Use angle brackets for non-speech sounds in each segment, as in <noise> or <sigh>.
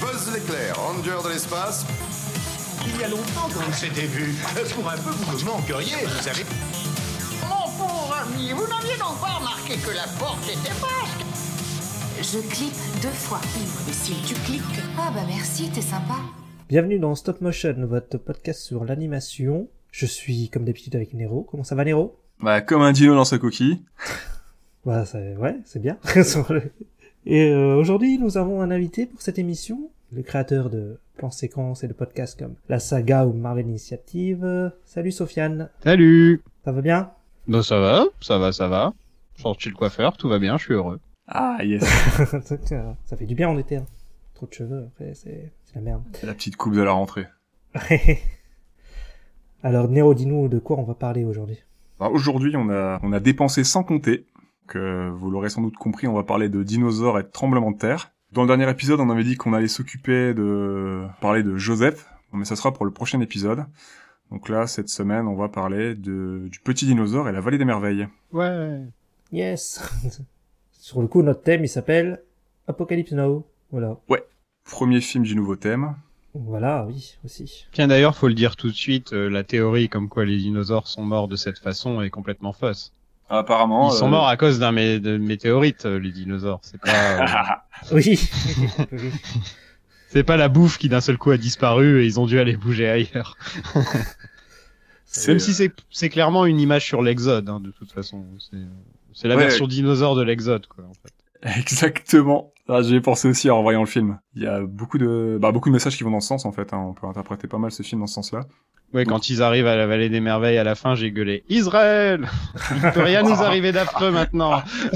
Miles l'éclair, ranger de l'espace. Il y a longtemps qu'on s'était vu. Pour un peu, vous me manqueriez, vous savez. Mon pauvre ami, vous n'aviez donc pas remarqué que la porte était basque Je clique deux fois. Et si tu cliques. Ah bah merci, t'es sympa. Bienvenue dans Stop Motion, votre podcast sur l'animation. Je suis comme d'habitude avec Nero. Comment ça va Nero Bah, comme un dino dans sa coquille. Bah ça- ouais, c'est bien. <laughs> Sur le- et euh, aujourd'hui, nous avons un invité pour cette émission, le créateur de plans séquences et de podcasts comme La Saga ou Marvel Initiative. Euh, Salut Sofiane, Salut ça va bien <laughs> Ben ça va, ça va, ça va. Sorti le coiffeur, tout va bien, je suis heureux. Ah, yes. Ça fait du bien en été. hein. Trop de cheveux, après c'est c'est la merde. <laughs> <laughs> La petite coupe de la rentrée. Alors Nero, dis-nous de quoi on va parler aujourd'hui. Alors, Bah, aujourd'hui, on a, on a dépensé sans compter. Donc, euh, vous l'aurez sans doute compris, on va parler de dinosaures et de tremblements de terre. Dans le dernier épisode, on avait dit qu'on allait s'occuper de parler de Joseph. Mais ça sera pour le prochain épisode. Donc là, cette semaine, on va parler de, du petit dinosaure et la vallée des merveilles. Ouais. Yes <laughs> Sur le coup, notre thème, il s'appelle Apocalypse Now. Voilà. Premier film du nouveau thème. Voilà, oui, aussi. Tiens d'ailleurs, faut le dire tout de suite, euh, la théorie comme quoi les dinosaures sont morts de cette façon est complètement fausse. Ils Apparemment. sont morts à cause d'un mé- de météorite, euh, les dinosaures. C'est pas, <laughs> euh, Oui, <laughs> Oui. c'est pas la bouffe qui d'un seul coup a disparu et ils ont dû aller bouger ailleurs. C'est- Même si c'est, c'est clairement une image sur l'Exode, hein, de toute façon. C'est, euh, c'est la Ouais. version dinosaure de l'Exode, quoi. En <laughs> fait. Exactement. Ah, J'y ai pensé aussi en voyant le film. Il y a beaucoup de, bah, beaucoup de messages qui vont dans ce sens en fait. hein. On peut interpréter pas mal ce film dans ce sens-là. Ouais, quand ils arrivent à la vallée des merveilles à la fin, j'ai gueulé Israël <laughs> Il peut rien nous arriver d'affreux maintenant <laughs>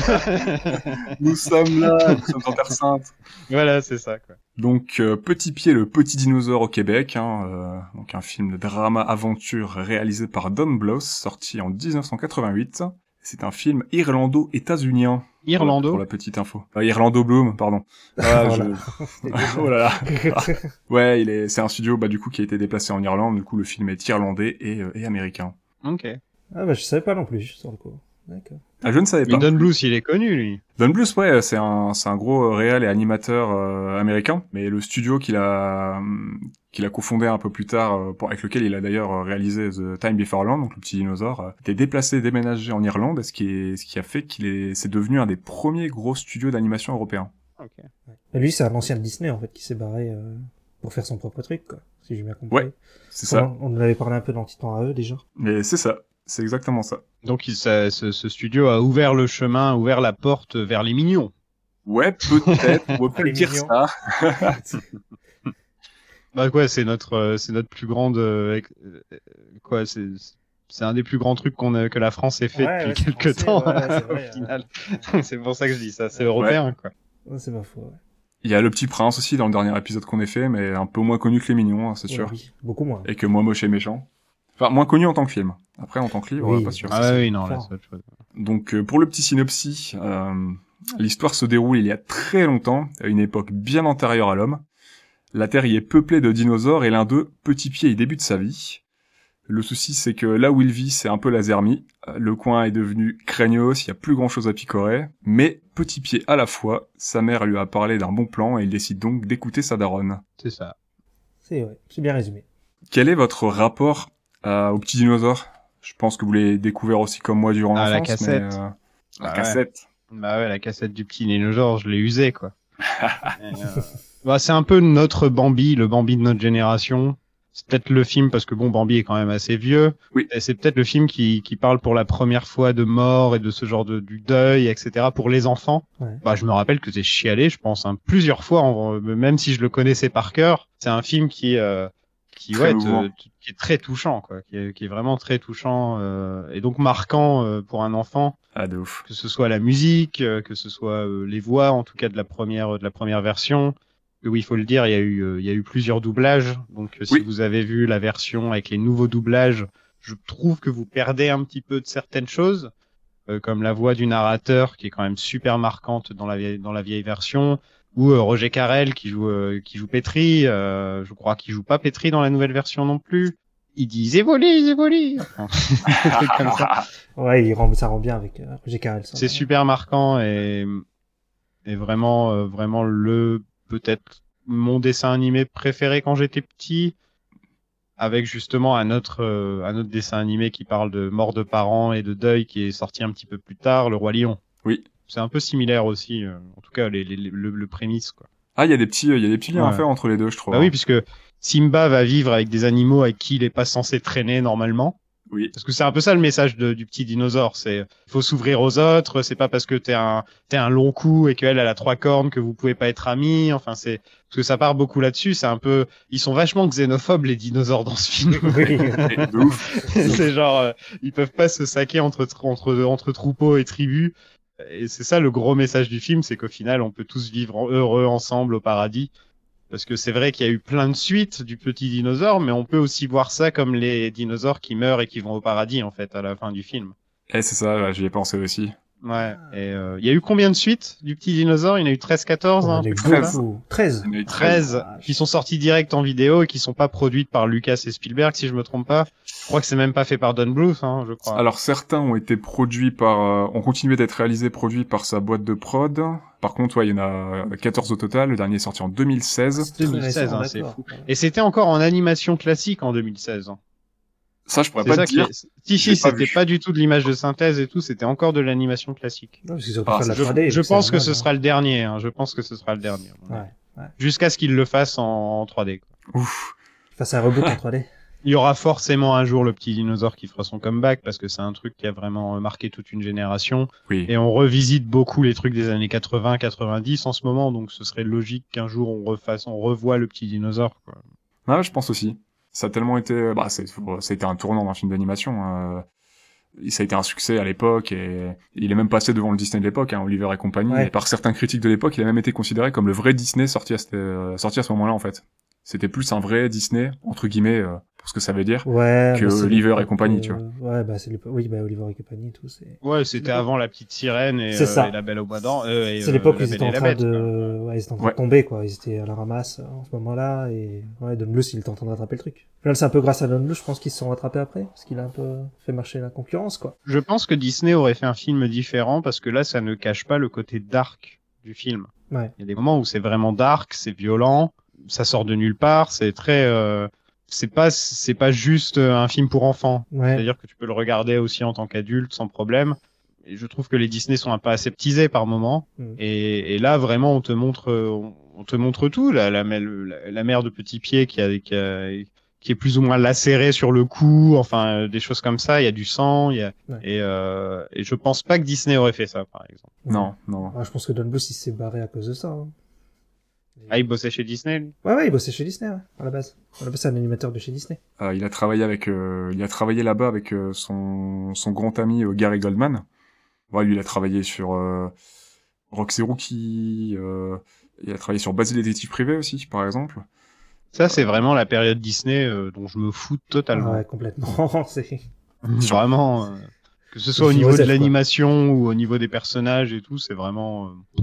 Nous sommes là, <laughs> nous sommes en Terre Sainte. Voilà, c'est ça, quoi. Donc euh, Petit Pied, le petit dinosaure au Québec, hein, euh, donc un film de drama aventure réalisé par Don Bluth, sorti en 1988. C'est un film irlando-états-unien. Pour Irlando la petite info. Euh, Irlando Bloom, pardon. <laughs> Ah, je- oh là là. Ouais, il est, c'est un studio bah du coup qui a été déplacé en Irlande. Du coup, le film est irlandais et, euh, et américain. Ok. ah bah je savais pas non plus, sur le coup. D'accord. Ah, je ne savais pas. Lyndon Bluth, il est connu, lui. Don Bluth, ouais, euh, c'est un, c'est un gros euh, réel et animateur euh, américain, mais le studio qu'il a, hum, qu'il a cofondé un peu plus tard, euh, pour- avec lequel il a d'ailleurs euh, réalisé The Time Before Land, donc le petit dinosaure, euh, était déplacé, déménagé en Irlande, ce qui, est, ce qui a fait qu'il est, c'est devenu un des premiers gros studios d'animation européens. Ok. Bah, Lui, c'est un ancien de Disney en fait qui s'est barré euh, pour faire son propre truc, quoi. Si j'ai bien compris. Ouais, C'est ça. On, on en avait parlé un peu dans Titan à eux déjà. Mais c'est ça. C'est exactement ça. Donc, il, ça- ce, ce studio a ouvert le chemin, ouvert la porte vers les mignons. Ouais, peut-être. On peut Elle est dire mignon. ça. Bah, quoi, c'est notre, euh, c'est notre plus grande. euh, ex- euh, quoi, c'est. C'est un des plus grands trucs qu'on a, que la France ait fait Ouais, ouais, depuis c'est quelques français, temps, hein, ouais, ouais, c'est au vrai, final. <laughs> c'est pour ça que je dis ça, c'est européen, quoi. Ouais, c'est ma foi. Ouais. Il y a le petit prince aussi dans le dernier épisode qu'on a fait, mais un peu moins connu que les mignons, hein, c'est Ouais, sûr. oui, beaucoup moins. Et que moi, moche et méchant. Enfin, moins connu en tant que film. Après, en tant que livre, Oui. pas sûr. Ah ouais, oui, non, là, fort. c'est autre chose. Donc euh, pour le petit synopsis, euh, l'histoire se déroule il y a très longtemps, à une époque bien antérieure à l'homme. La Terre y est peuplée de dinosaures et l'un d'eux, Petit Pied, y débute sa vie. Le souci c'est que là où il vit, c'est un peu la zermie. Euh, Le coin est devenu craignos, il y a plus grand chose à picorer. Mais Petit Pied à la fois, sa mère lui a parlé d'un bon plan et il décide donc d'écouter sa daronne. C'est ça. C'est ouais, c'est bien résumé. Quel est votre rapport euh, au petit dinosaure Je pense que vous l'avez découvert aussi comme moi durant Ah, la l'enfance, mais, cassette. euh, la Ah ouais. cassette. Bah ouais, la cassette du petit dinosaure, je l'ai usée, quoi. Et, euh, bah, c'est un peu notre Bambi, le Bambi de notre génération. C'est peut-être le film, parce que bon, Bambi est quand même assez vieux. Oui. Et C'est peut-être le film qui, qui parle pour la première fois de mort et de ce genre de, du deuil, etc. pour les enfants. Ouais. Bah, je me rappelle que j'ai chialé, je pense, hein, plusieurs fois, en- même si je le connaissais par cœur. C'est un film qui, euh, qui, Très ouais, te- mouvant. te- qui est très touchant, quoi. Qui est, qui est vraiment très touchant, euh, et donc marquant euh, pour un enfant Ah de ouf. que ce soit la musique, euh, que ce soit euh, les voix, en tout cas de la première, de la première version. Et Oui, il faut le dire, il y a eu, euh, il y a eu plusieurs doublages. Donc, euh, si Oui. vous avez vu la version avec les nouveaux doublages, je trouve que vous perdez un petit peu de certaines choses, euh, comme la voix du narrateur qui est quand même super marquante dans la vieille, dans la vieille version, ou euh, Roger Carrel qui joue, euh, qui joue Petri. euh, je crois qu'il joue pas Petri dans la nouvelle version non plus. Il dit Zévoli, Zévoli. Enfin, <laughs> des trucs comme ça. Ouais, il rend, ça rend bien avec euh, Roger Carrel. ça. C'est super marquant et, et vraiment, euh, vraiment le peut-être mon dessin animé préféré quand j'étais petit, avec justement un autre, euh, un autre dessin animé qui parle de mort de parents et de deuil qui est sorti un petit peu plus tard, Le Roi Lion. Oui. C'est un peu similaire aussi, euh, en tout cas les, les- les- le, le prémisse. Quoi. Ah, il y a des petits, il y a des petits liens à Ouais. faire entre les deux, je trouve. Bah oui, puisque Simba va vivre avec des animaux avec qui il est pas censé traîner normalement. Oui. Parce que c'est un peu ça le message de- du petit dinosaure, c'est euh, faut s'ouvrir aux autres, c'est pas parce que t'es un t'es un long cou et qu'elle elle a trois cornes que vous pouvez pas être amis. Enfin c'est parce que ça part beaucoup là-dessus, c'est un peu ils sont vachement xénophobes les dinosaures dans ce film. <laughs> Oui. hein. Et de ouf. c'est genre euh, ils peuvent pas se saquer entre tr- entre entre troupeaux et tribus. Et c'est ça le gros message du film, c'est qu'au final on peut tous vivre en- heureux ensemble au paradis. Parce que c'est vrai qu'il y a eu plein de suites du petit dinosaure, mais on peut aussi voir ça comme les dinosaures qui meurent et qui vont au paradis en fait à la fin du film. Eh, c'est ça, ouais, j'y ai pensé aussi. Ouais. Et euh, il y a eu combien de suites du petit dinosaure Il y en a eu 13 14 hein, On Oh, est un truc comme ça. beaucoup. 13. Il y en a eu 13 qui sont sortis direct en vidéo et qui sont pas produites par Lucas et Spielberg si je me trompe pas. Je crois que c'est même pas fait par Don Bluth hein, je crois. Alors certains ont été produits par, euh, ont continué d'être réalisés produits par sa boîte de prod. Par contre, ouais, il y en a 14 au total. Le dernier est sorti en 2016. C'est très 2016, récent, hein, c'est d'accord. fou. Et c'était encore en animation classique en 2016. hein. Ça, je pourrais C'est pas ça te dire. qui est- Si, J'ai si, pas c'était vu. pas du tout de l'image de synthèse et tout, c'était encore de l'animation classique. Non, parce qu'ils ont Ah, pas fait la c'est- je- 3D, Je donc c'est pense que ce normal, sera le dernier, hein, je pense que ce sera le dernier. Ouais, ouais. Jusqu'à ce qu'ils le fassent en, en 3D. quoi. Ouf. hein. Face à un reboot en 3D. Il y aura forcément un jour le petit dinosaure qui fera son comeback parce que c'est un truc qui a vraiment euh, marqué toute une génération Oui. et on revisite beaucoup les trucs des années 80, 90 en ce moment donc ce serait logique qu'un jour on refasse, on revoie le petit dinosaure. quoi. Ah, je pense aussi. Ça a tellement été, bah, c'est, ça a été un tournant d'un film d'animation. euh, Ça a été un succès à l'époque et il est même passé devant le Disney de l'époque, hein, Oliver et compagnie. Ouais. Et par certains critiques de l'époque, il a même été considéré comme le vrai Disney sorti à, cette- euh, sorti à ce moment-là, en fait. C'était plus un vrai Disney, entre guillemets, euh, pour ce que ça veut dire. Ouais. Que bah, c'est Oliver et l'époque, compagnie, euh, tu vois. Ouais, bah, c'est l'époque, oui, bah, Oliver et compagnie et tout, c'est. Ouais, c'était avant la petite sirène et, C'est euh, ça. et la belle au bois d'or. euh, et, C'est euh, l'époque où La ils étaient Belle en et la train Bête, quoi. de, ouais, ils étaient en train Ouais. de tomber, quoi. Ils étaient à la ramasse, euh, en ce moment-là, et, ouais, Don Bluth, il est en train de rattraper le truc. Là, c'est un peu grâce à Don Bluth, je pense qu'ils se sont rattrapés après, parce qu'il a un peu fait marcher la concurrence, quoi. Je pense que Disney aurait fait un film différent parce que là, ça ne cache pas le côté dark du film. Ouais. Il y a des moments où c'est vraiment dark, c'est violent, ça sort de nulle part, c'est très, euh, c'est pas, c'est pas juste euh, un film pour enfants. Ouais. C'est-à-dire que tu peux le regarder aussi en tant qu'adulte sans problème. Et je trouve que les Disney sont un peu aseptisés par moment. Mm. Et, et là, vraiment, on te montre, euh, on, on te montre tout. La, la, la, la mère de Petit Pied qui, a, qui, a- qui est plus ou moins lacérée sur le cou. Enfin, euh, des choses comme ça. Il y a du sang. Il y a, Ouais. et, euh, et je pense pas que Disney aurait fait ça, par exemple. Non, non. Ah, je pense que Don Bluth, il s'est barré à cause de ça, hein. Ah, il bossait chez Disney. lui Ouais, ouais, il bossait chez Disney, ouais, à la base. À la base, c'est un animateur de chez Disney. Euh, il a travaillé avec, euh, il a travaillé là-bas avec euh, son, son grand ami euh, Gary Goldman. Ouais, lui, il a travaillé sur euh, Roxy Rookie. euh, il a travaillé sur Basil Détective Privé aussi, par exemple. Ça, c'est vraiment la période Disney euh, dont je me fous totalement. Ouais, complètement. <laughs> c'est... <laughs> Vraiment, euh, que ce soit au Joseph, niveau de quoi. l'animation ou au niveau des personnages et tout, c'est vraiment. euh,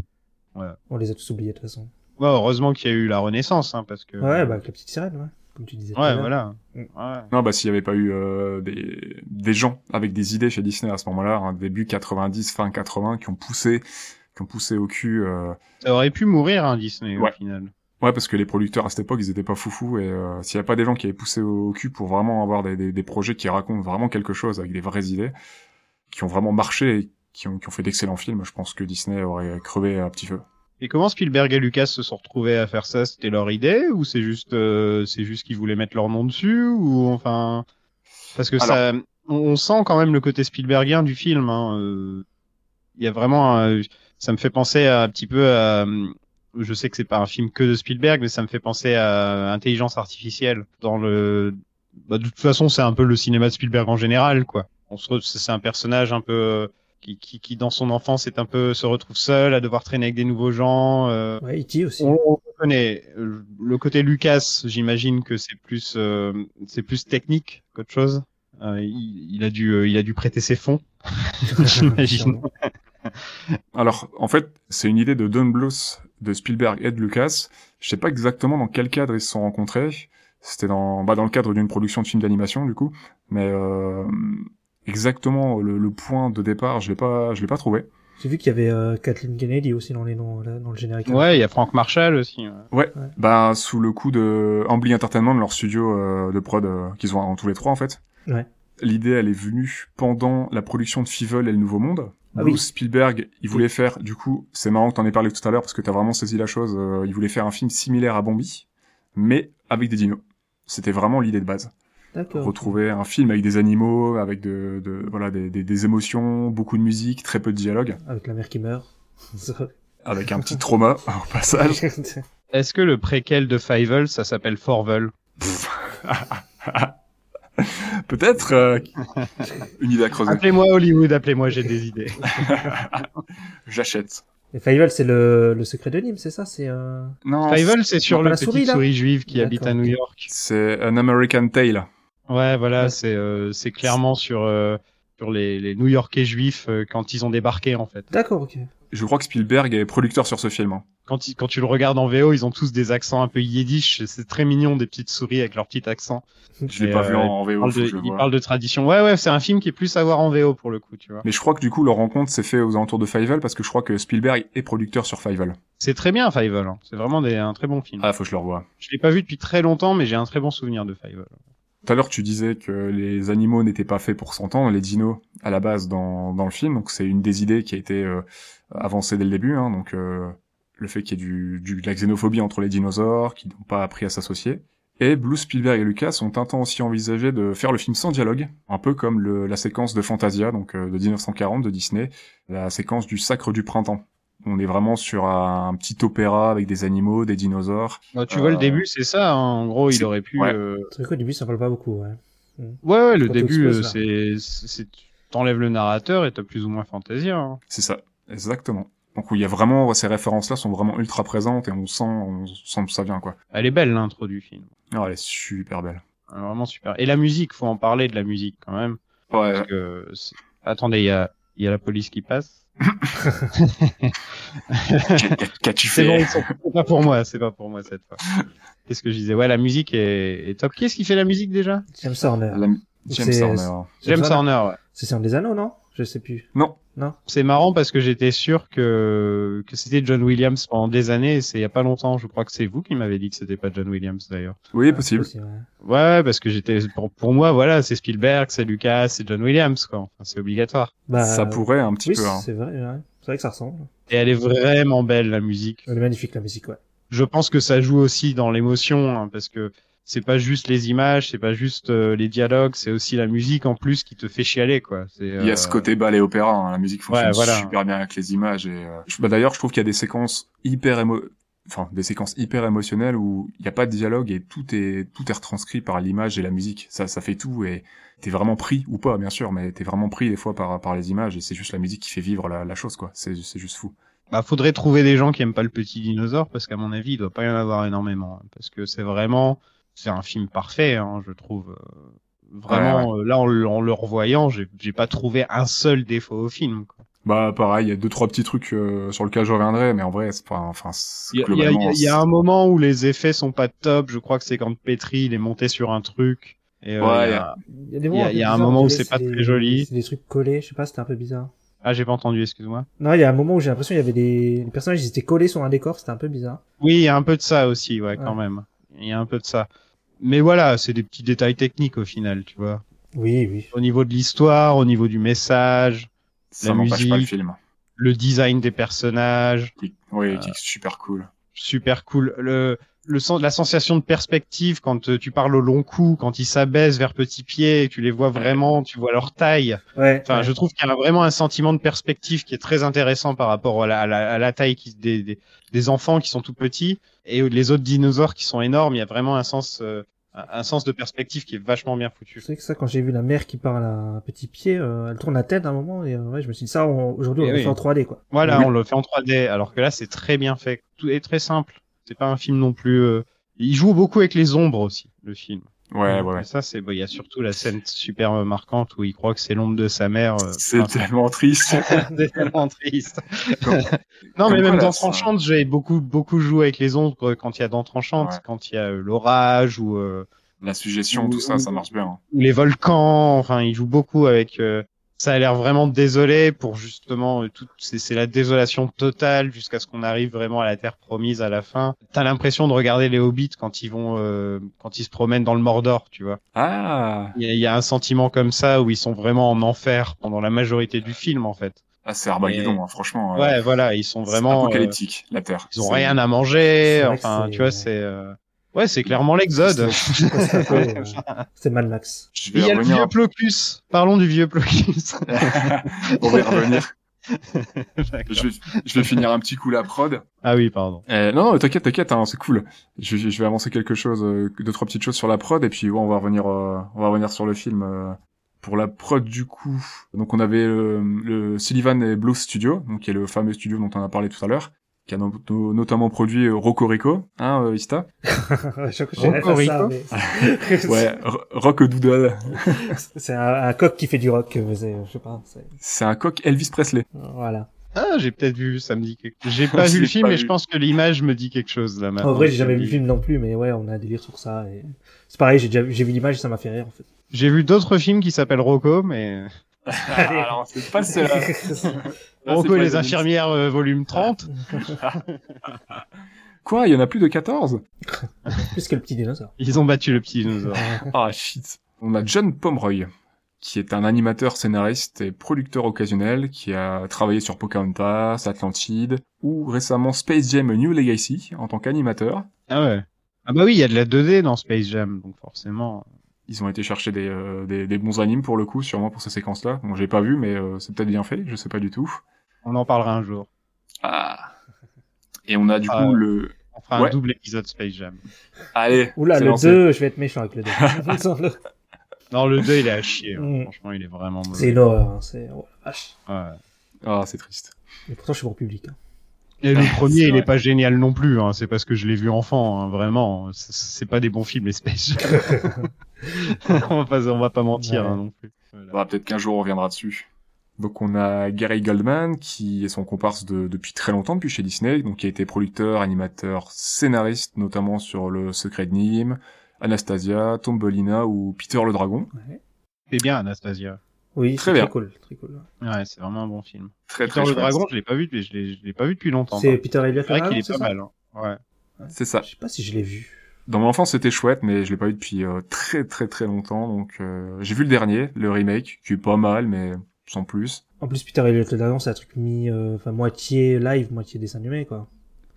On les a tous oubliés, de toute façon. Ouais, heureusement qu'il y a eu la Renaissance, hein, parce que. Ouais, bah, avec la petite sirène, ouais. Comme tu disais. tout à Ouais, l'heure. voilà. Mm. Ouais. Non, bah s'il n'y avait pas eu euh, des, des gens avec des idées chez Disney à ce moment-là, hein, début 90, fin 80, qui ont poussé, qui ont poussé au cul. euh, Ça aurait pu mourir, hein, Disney, Ouais. au final. Ouais, parce que les producteurs à cette époque, ils étaient pas foufous et euh, s'il y a pas des gens qui avaient poussé au, au cul pour vraiment avoir des, des, des projets qui racontent vraiment quelque chose avec des vraies idées, qui ont vraiment marché et qui ont, qui ont fait d'excellents films, je pense que Disney aurait crevé à petit feu. Et comment Spielberg et Lucas se sont retrouvés à faire ça C'était leur idée ou c'est juste, euh, c'est juste qu'ils voulaient mettre leur nom dessus ou enfin Parce que ça, on, on sent quand même le côté Spielbergien du film. hein, euh, Il y a vraiment, un- ça me fait penser à, un petit peu à. euh, Je sais que c'est pas un film que de Spielberg, mais ça me fait penser à Intelligence artificielle. Dans le, bah, de toute façon, c'est un peu le cinéma de Spielberg en général, quoi. On se, re- c'est un personnage un peu. euh, qui, qui, qui dans son enfance est un peu se retrouve seul à devoir traîner avec des nouveaux gens. euh, Ouais, E.T. aussi. <laughs> on, on connaît euh, le côté Lucas. J'imagine que c'est plus euh, c'est plus technique qu'autre chose. Euh, il, il a dû euh, il a dû prêter ses fonds. J'imagine. Sûrement. Alors, en fait, c'est une idée de Don Bluth, de Spielberg et de Lucas. Je sais pas exactement dans quel cadre ils se sont rencontrés. C'était dans, bah, dans le cadre d'une production de film d'animation, du coup. Mais euh, exactement le, le point de départ, je l'ai pas, je l'ai pas trouvé. J'ai vu qu'il y avait euh, Kathleen Kennedy aussi dans les noms là, dans le générique. Ouais, il y a Frank Marshall aussi. ouais. Bah, sous le coup de Ambly Entertainment, leur studio euh, de prod euh, qu'ils ont en tous les trois en fait. Ouais. L'idée, elle est venue pendant la production de Fievel et le Nouveau Monde. Ah Bruce oui. Spielberg, il voulait faire, du coup, c'est marrant que t'en aies parlé tout à l'heure parce que t'as vraiment saisi la chose, euh, il voulait faire un film similaire à Bombi, mais avec des dinos. C'était vraiment l'idée de base. D'accord. Retrouver un film avec des animaux, avec de, de voilà, des, des- des émotions, beaucoup de musique, très peu de dialogue, Avec la mère qui meurt. <laughs> avec un petit trauma au passage. Est-ce que le préquel de Fievel, ça s'appelle Forvel Peut-être euh, une idée à creuser. Ah. Appelez-moi Hollywood, appelez-moi, j'ai des idées. J'achète. Et Fievel, c'est le, le secret de Nîmes, c'est ça C'est euh... Non, Fievel, c'est sur pas le la petit souris, souris, là juive qui D'accord. habite à New York. c'est An American Tale. Ouais, voilà, Ouais. c'est euh, c'est clairement sur euh, sur les, les New-Yorkais juifs euh, quand ils ont débarqué en fait. D'accord, ok. Je crois que Spielberg est producteur sur ce film. hein. Quand ils- quand tu le regardes en VO, ils ont tous des accents un peu yiddish. C'est très mignon des petites souris avec leur petit accent. Je l'ai Mais, pas euh, vu en, en VO, Ils faut que je de, le ils voie. parlent de tradition. Ouais, ouais, c'est un film qui est plus à voir en VO pour le coup, tu vois. Mais je crois que du coup, leur rencontre s'est fait aux alentours de Fievel parce que je crois que Spielberg est producteur sur Fievel. C'est très bien Fievel. hein. C'est vraiment des, un très bon film. Ah, faut que je le revoie. Je l'ai pas vu depuis très longtemps, mais j'ai un très bon souvenir de Fievel. Tout à l'heure, tu disais que les animaux n'étaient pas faits pour s'entendre, les dinos à la base dans, dans le film. Donc c'est une des idées qui a été euh, avancée dès le début. hein. donc euh, le fait qu'il y ait du, du- de la xénophobie entre les dinosaures, qui n'ont pas appris à s'associer. Et Blue Spielberg et Lucas ont un temps aussi envisagé de faire le film sans dialogue, un peu comme le- la séquence de Fantasia, donc euh, de 1940 de Disney, la séquence du Sacre du Printemps. On est vraiment sur un, un petit opéra avec des animaux, des dinosaures. Bah, tu Euh, vois, le début, c'est ça. hein. En gros, c'est- il aurait pu. ouais. euh, Le truc au début, ça parle pas beaucoup, ouais. Ouais, ouais, le Quand début, euh, t'exploses, c'est, c'est, c'est- t'enlèves le narrateur et t'as plus ou moins Fantasia. hein. C'est ça, exactement. Donc où il y a vraiment ces références-là sont vraiment ultra présentes et on sent, on sent que ça vient quoi. Elle est belle l'intro du film. Ah, elle est super belle. Elle est vraiment super. Et la musique, faut en parler de la musique quand même. Ouais. Parce que c'est- attendez, il y a, il y a la police qui passe. Qu'as-tu C'est bon, ils sont- c'est pas pour moi, c'est pas pour moi cette fois. Qu'est-ce que je disais Ouais, la musique est, est top. Qui est-ce qui fait la musique déjà James Horner. La... James C'est- Horner. James Horner. ouais. C'est sur des anneaux, non Je sais plus. C'est marrant parce que j'étais sûr que que c'était John Williams pendant des années. et C'est il y a pas longtemps. Je crois que c'est vous qui m'avez dit que c'était pas John Williams d'ailleurs. Oui, Ah, possible. c'est ouais. Ouais, ouais, parce que j'étais pour, pour moi, voilà, c'est Spielberg, c'est Lucas, c'est John Williams, quoi. Enfin, c'est obligatoire. Bah, ça pourrait un petit Oui, peu. hein. c'est vrai. ouais. C'est vrai que ça ressemble. Et elle est vraiment belle la musique. Elle est magnifique la musique, ouais. Je pense que ça joue aussi dans l'émotion, hein, parce que c'est pas juste les images, c'est pas juste euh, les dialogues, c'est aussi la musique en plus qui te fait chialer, quoi. C'est, Il y euh, a ce côté ballet opéra, hein. la musique fonctionne Ouais, voilà. super bien avec les images. Et, euh, je- bah, D'ailleurs, je trouve qu'il y a des séquences hyper émo... enfin, des séquences hyper émotionnelles où il n'y a pas de dialogue et tout est tout est retranscrit par l'image et la musique. Ça, ça fait tout et t'es vraiment pris ou pas, bien sûr, mais t'es vraiment pris des fois par par les images et c'est juste la musique qui fait vivre la, la chose, quoi. C'est c'est juste fou. Bah, faudrait trouver des gens qui aiment pas le petit dinosaure, parce qu'à mon avis, il doit pas y en avoir énormément, hein, parce que c'est vraiment, c'est un film parfait, hein, je trouve. euh, Vraiment, euh, là, en, le- en le revoyant, j'ai j'ai pas trouvé un seul défaut au film. quoi. Bah, pareil, il y a deux trois petits trucs euh, sur lesquels je reviendrai, mais en vrai, c'est pas, enfin, c'est- Il y a- il y a- globalement. il y, a c'est- un moment où les effets sont pas top. Je crois que c'est quand Petri il est monté sur un truc. Et, euh, Ouais, il Il il y a- y a- y a, des Il y a- moments il y a peu un bizarres, moment on où dirait c'est pas des- très joli. C'est des trucs collés, je sais pas, c'était un peu bizarre. Ah, j'ai pas entendu, excuse-moi. Non, il y a un moment où j'ai l'impression qu'il y avait des les personnages ils étaient collés sur un décor, c'était un peu bizarre. Oui, il y a un peu de ça aussi, ouais, quand même. Il y a un peu de ça. Mais voilà, c'est des petits détails techniques au final, tu vois. Oui, oui. Au niveau de l'histoire, au niveau du message, ça la n'empêche pas le musique. film. le design des personnages, Qui- Oui, Euh, qui est super cool. super cool. Le, le sens, la sensation de perspective quand euh, tu parles au long cou, quand ils s'abaissent vers petit pied, et tu les vois vraiment, tu vois leur taille. Ouais. Enfin, ouais. je trouve qu'il y a vraiment un sentiment de perspective qui est très intéressant par rapport à la, à la, à la taille qui- des, des, des enfants qui sont tout petits et les autres dinosaures qui sont énormes. Il y a vraiment un sens, euh, un un sens de perspective qui est vachement bien Je foutu. sais que ça, quand j'ai vu la mère qui parle à un petit pied, euh, elle tourne la tête à un moment et euh, ouais, je me suis dit ça on- aujourd'hui on Eh le oui. fait en 3D <laughs> quoi. Voilà, Oui. on le fait en 3D, alors que là, c'est très bien fait. Tout est très simple. C'est pas un film non plus. euh, Il joue beaucoup avec les ombres aussi, le film. Ouais, ouais. ouais. Et ça, c'est bon, il y a surtout la scène super euh, marquante où il croit que c'est l'ombre de sa mère. euh, C'est enfin, tellement <laughs> triste. <laughs> c'est tellement triste. Comme- Non, Comme mais quoi, même là, dans ça- Tranchante, j'ai beaucoup, beaucoup joué avec les ombres quand il y a dans Tranchante, Ouais. quand il y a euh, l'orage ou, euh, La suggestion, Ou- tout ça, ou- ça marche bien. hein. ou les volcans. Enfin, il joue beaucoup avec. euh, ça a l'air vraiment désolé pour justement euh, tout c'est c'est la désolation totale jusqu'à ce qu'on arrive vraiment à la terre promise à la fin. T'as l'impression de regarder les hobbits quand ils vont euh, quand ils se promènent dans le Mordor, tu vois. Ah, Il y, a- il y a un sentiment comme ça où ils sont vraiment en enfer pendant la majorité du film en fait. ah c'est Armageddon, hein, franchement. euh, Ouais, voilà, ils sont c'est vraiment euh, apocalyptique, la Terre. ils ont C'est- rien à C'est manger, vrai que enfin c'est- tu vois, c'est euh, Ouais, c'est clairement l'exode. <laughs> C'est un peu, euh, c'est Mad Max. <laughs> Je Il vais y a le revenir. vieux Plocus. Parlons du vieux Plocus. <laughs> On va y <laughs> revenir. je, vais, je vais finir un petit coup la prod. ah oui, pardon. Euh, non, non, t'inquiète, t'inquiète, hein, c'est cool. Je, je- je vais avancer quelque chose, euh, deux trois petites choses sur la prod, et puis ouais, on va revenir, euh, on va revenir sur le film. euh. Pour la prod du coup, donc on avait euh, le Sullivan et Blue Studio, donc qui est le fameux studio dont on a parlé tout à l'heure, qui a no- no- notamment produit euh, Rocorico, hein, euh, Ista. Je- je rêve à ça, Rocorico. mais- <laughs> <laughs> Ouais, Ro- Rock Doodle. C'est un, un coq qui fait du rock. euh, c'est- Je sais pas. c'est- C'est un coq Elvis <laughs> Presley. Voilà. Ah, j'ai peut-être vu, ça me dit quelque chose. J'ai <laughs> pas Je vu le l'ai film, pas mais vu. je pense que l'image me dit quelque chose là maintenant. En vrai, j'ai jamais vu le film non plus, mais ouais, on a un délire sur ça. Et... C'est pareil, j'ai déjà vu- j'ai vu l'image et ça m'a fait rire en fait. J'ai vu d'autres films qui s'appellent Rocco, mais Ah, Alors, c'est pas hein. cela. Rocco et les infirmières euh, Ah. volume 30. Quoi, il y en a plus de 14 <laughs> Plus que le petit dinosaure. Ils ont battu le <laughs> petit dinosaure. Ah shit. On a John Pomeroy, qui est un animateur, scénariste et producteur occasionnel, qui a travaillé sur Pocahontas, Atlantide, ou récemment Space Jam A New Legacy, en tant qu'animateur. Ah ouais. Ah bah oui, il y a de la 2D dans Space Jam, donc forcément. Ils ont été chercher des, euh, des, des bons animes pour le coup, sûrement pour ces séquences-là. Bon, j'ai pas vu, mais euh, c'est peut-être bien fait, je sais pas du tout. On en parlera un jour. Ah. Et on a du Ah. coup le... On fera Ouais. un double épisode Space Jam. Allez Oula, c'est le lancé. 2, je vais être méchant avec le 2. Non, le 2, il est à chier. hein. Mm. Franchement, il est vraiment c'est mauvais. une horreur. hein, c'est... oh la vache. Ouais. Ah, c'est triste. Et pourtant, je suis bon public. hein. Et le premier, C'est il vrai. est pas génial non plus. Hein. C'est parce que je l'ai vu enfant, hein. vraiment. C'est- C'est pas des bons films, les Space <laughs> Jam. on, va pas, on va pas mentir Ouais. hein, non plus. Voilà. Bah, peut-être qu'un jour on reviendra dessus. Donc on a Gary Goldman qui est son comparse de- depuis très longtemps, depuis chez Disney, donc qui a été producteur, animateur, scénariste, notamment sur Le Secret de Nîmes, Anastasia, Tombolina ou Peter le Dragon. C'est bien, Anastasia. Oui, Très c'est bien. très cool. Très cool. Ouais, c'est vraiment un bon film. Très Peter très le chouette. Dragon, je l'ai pas vu, mais je l'ai, je l'ai pas vu depuis longtemps. hein. C'est C'est Peter Elliott vrai là, qu'il est c'est pas ça mal. hein. Ouais. C'est ça. Je sais pas si je l'ai vu. Dans mon enfance c'était chouette, mais je l'ai pas eu depuis euh, très très très longtemps. Donc euh, j'ai vu le dernier, le remake, qui est pas mal, mais sans plus. En plus, Peter Elliott le dragon, c'est un truc mis, euh, enfin, moitié live, moitié dessin animé, quoi.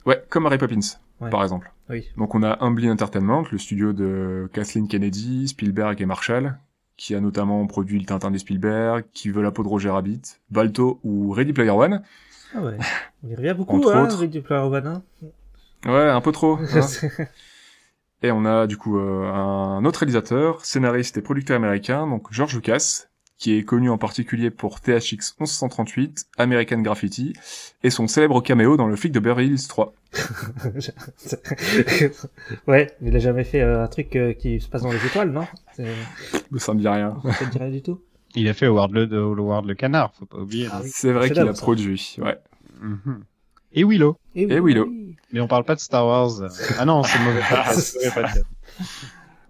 Ouais, comme Harry Poppins, Ouais. par exemple. Oui. Donc on a Humbly Entertainment, le studio de Kathleen Kennedy, Spielberg et Marshall, qui a notamment produit le Tintin de Spielberg, qui veut la peau de Roger Rabbit, Balto ou Ready Player One. Ah <laughs> ouais. On y revient beaucoup, Entre hein, autres. Ready Player One, hein. Ouais, un peu trop. hein. C'est- et on a du coup euh, un autre réalisateur, scénariste et producteur américain, donc George Lucas, qui est connu en particulier pour THX 1138, American Graffiti, et son célèbre caméo dans le flic de Beverly Hills 3. <laughs> ouais, il a jamais fait euh, un truc euh, qui se passe dans les étoiles, non C'est- Ça me dit rien. Ça te dit rien du tout Il a fait Howard le, de- Howard le canard, faut pas oublier. Ah oui. C'est vrai qu'il Chef-d'œuvre, a ça. produit, ouais. Mhm. Et Willow. Eh oui, Lo. Mais on parle pas de <laughs> Star Wars. Ah non, c'est mauvais. podcast, mauvais podcast.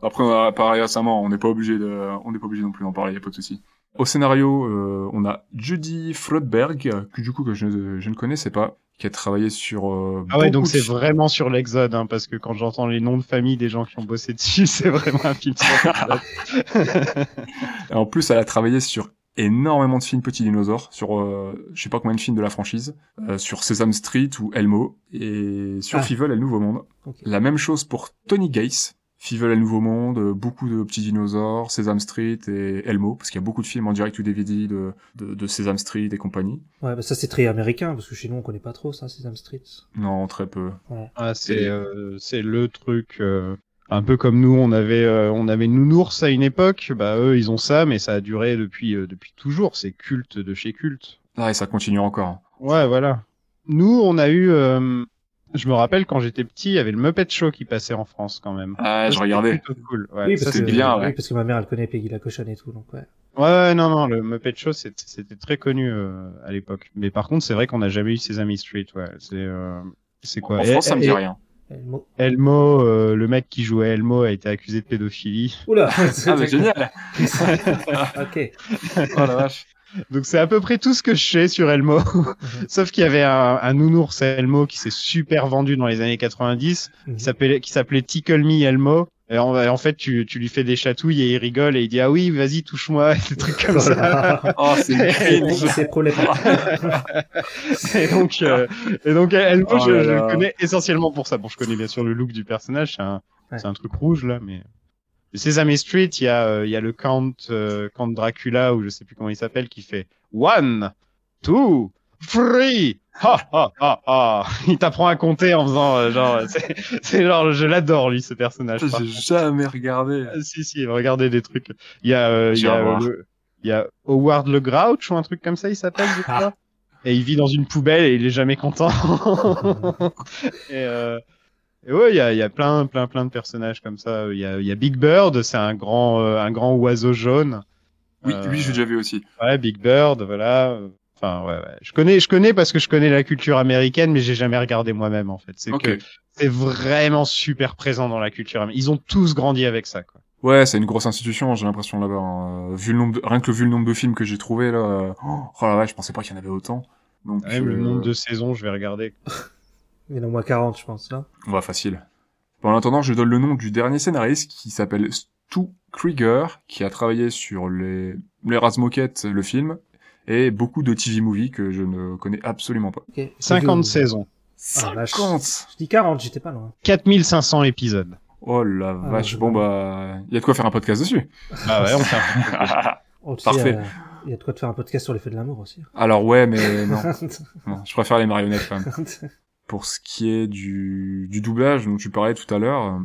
Après, on a parlé récemment, on n'est pas obligé de, on n'est pas obligé non plus d'en parler, y a pas de souci. Au scénario, euh, on a Judy Frodberg, euh, que du coup que je, ne- je ne connaissais pas, qui a travaillé sur. euh, ah ouais, donc beaucoup de c'est films. vraiment sur l'exode, hein, parce que quand j'entends les noms de famille des gens qui ont bossé dessus, <laughs> c'est vraiment un film. sur l'exode. Et En plus, elle a travaillé sur énormément de films Petit Dinosaure, sur euh, je sais pas combien de films de la franchise, euh, sur Sesame Street ou Elmo, et sur Ah. Fievel et le Nouveau Monde. Ok. La même chose pour Tony Gates, Fievel et le Nouveau Monde, euh, beaucoup de Petits Dinosaures, Sesame Street et Elmo, parce qu'il y a beaucoup de films en direct ou DVD de, de, de Sesame Street et compagnie. <laughs> Ouais, bah ça c'est très américain, parce que chez nous on connaît pas trop ça, Sesame Street. Non, très peu. Ah, c'est euh, c'est le truc euh, un peu comme nous on avait euh, on avait Nounours à une époque bah eux ils ont ça mais ça a duré depuis euh, depuis toujours c'est culte de chez culte Ah, et ça continue encore. ouais voilà nous on a eu euh, je me rappelle quand j'étais petit il y avait le Muppet Show qui passait en France quand même Ah, Ça, je c'était regardais. plutôt cool ouais, oui, ça, parce c'est que, c'était- bien, ouais. oui, parce que ma mère elle connaît Peggy la cochonne et tout, donc ouais. ouais ouais non non le Muppet Show c'est- c'était très connu euh, à l'époque mais par contre c'est vrai qu'on n'a jamais eu Sesame Street ouais c'est euh, c'est quoi En Et- France, ça me et- dit rien. Elmo. Elmo euh, le mec qui jouait Elmo a été accusé de pédophilie <laughs> <laughs> Oula Ah, mais génial Ok. Oh la vache Donc c'est à peu près tout ce que je sais sur Elmo. <laughs> Sauf qu'il y avait un, un nounours Elmo qui s'est super vendu dans les années 90, Mhm. qui s'appelait qui s'appelait Tickle Me Elmo. Et en, et en fait, tu, tu lui fais des chatouilles et il rigole et il dit ah oui, vas-y touche-moi, <laughs> des trucs comme ça. Oh, <laughs> c'est <laughs> cringe. C'est problématique. et donc, euh, et donc Elmo, Oh je, là je le là. connais essentiellement pour ça. Bon, je connais bien sûr le look du personnage, c'est un, Ouais. c'est un truc rouge là, mais Sesame Street, il y a euh, il y a le Count euh, Count Dracula ou je sais plus comment il s'appelle qui fait one, two, three. Ha ha ha ha. <laughs> Il t'apprend à compter en faisant euh, genre <laughs> euh, c'est- c'est genre je l'adore lui ce personnage. par J'ai jamais regardé. ah, si, si, regardez des trucs. Il y a, euh, il y a, J'irai euh, voir. le- il y a Howard le Grouch ou un truc comme ça, il s'appelle, je crois. <laughs> Et il vit dans une poubelle et il est jamais content. et, euh, et ouais, il y a, il y a plein, plein, plein de personnages comme ça. Il y a, il y a Big Bird, c'est un grand, euh, un grand oiseau jaune. Oui, Euh, lui, j'ai déjà vu aussi. Ouais, Big Bird, voilà. Enfin, ouais, ouais. Je connais, je connais parce que je connais la culture américaine, mais j'ai jamais regardé moi-même, en fait. C'est Ok. que c'est vraiment super présent dans la culture américaine. Ils ont tous grandi avec ça, quoi. Ouais, c'est une grosse institution, j'ai l'impression là-bas. hein. Vu le nombre de- Rien que vu le nombre de films que j'ai trouvé là. euh, Oh la vache, je pensais pas qu'il y en avait autant. Donc, Ouais, mais euh, le nombre de saisons, je vais regarder. Il y en a au moins 40, je pense, hein. là. Ouais, facile. Bon, en attendant, je donne le nom du dernier scénariste qui s'appelle Stu Krieger, qui a travaillé sur les, les Razmoket, le film, et beaucoup de TV movies que je ne connais absolument pas. Ok. 50 Je- saisons, Ah, vache. 50 Je dis 40, j'étais pas loin. 4500 épisodes. Oh la vache, Ah, je- bon bah, il y a de quoi faire un podcast dessus. Bah ouais, on fait un- Oh, tu sais, Parfait. euh, Il y a de quoi te faire un podcast sur les feux de l'amour aussi. <laughs> Alors ouais, mais non, non, je préfère les marionnettes quand même. pour ce qui est du, du doublage dont tu parlais tout à l'heure, euh,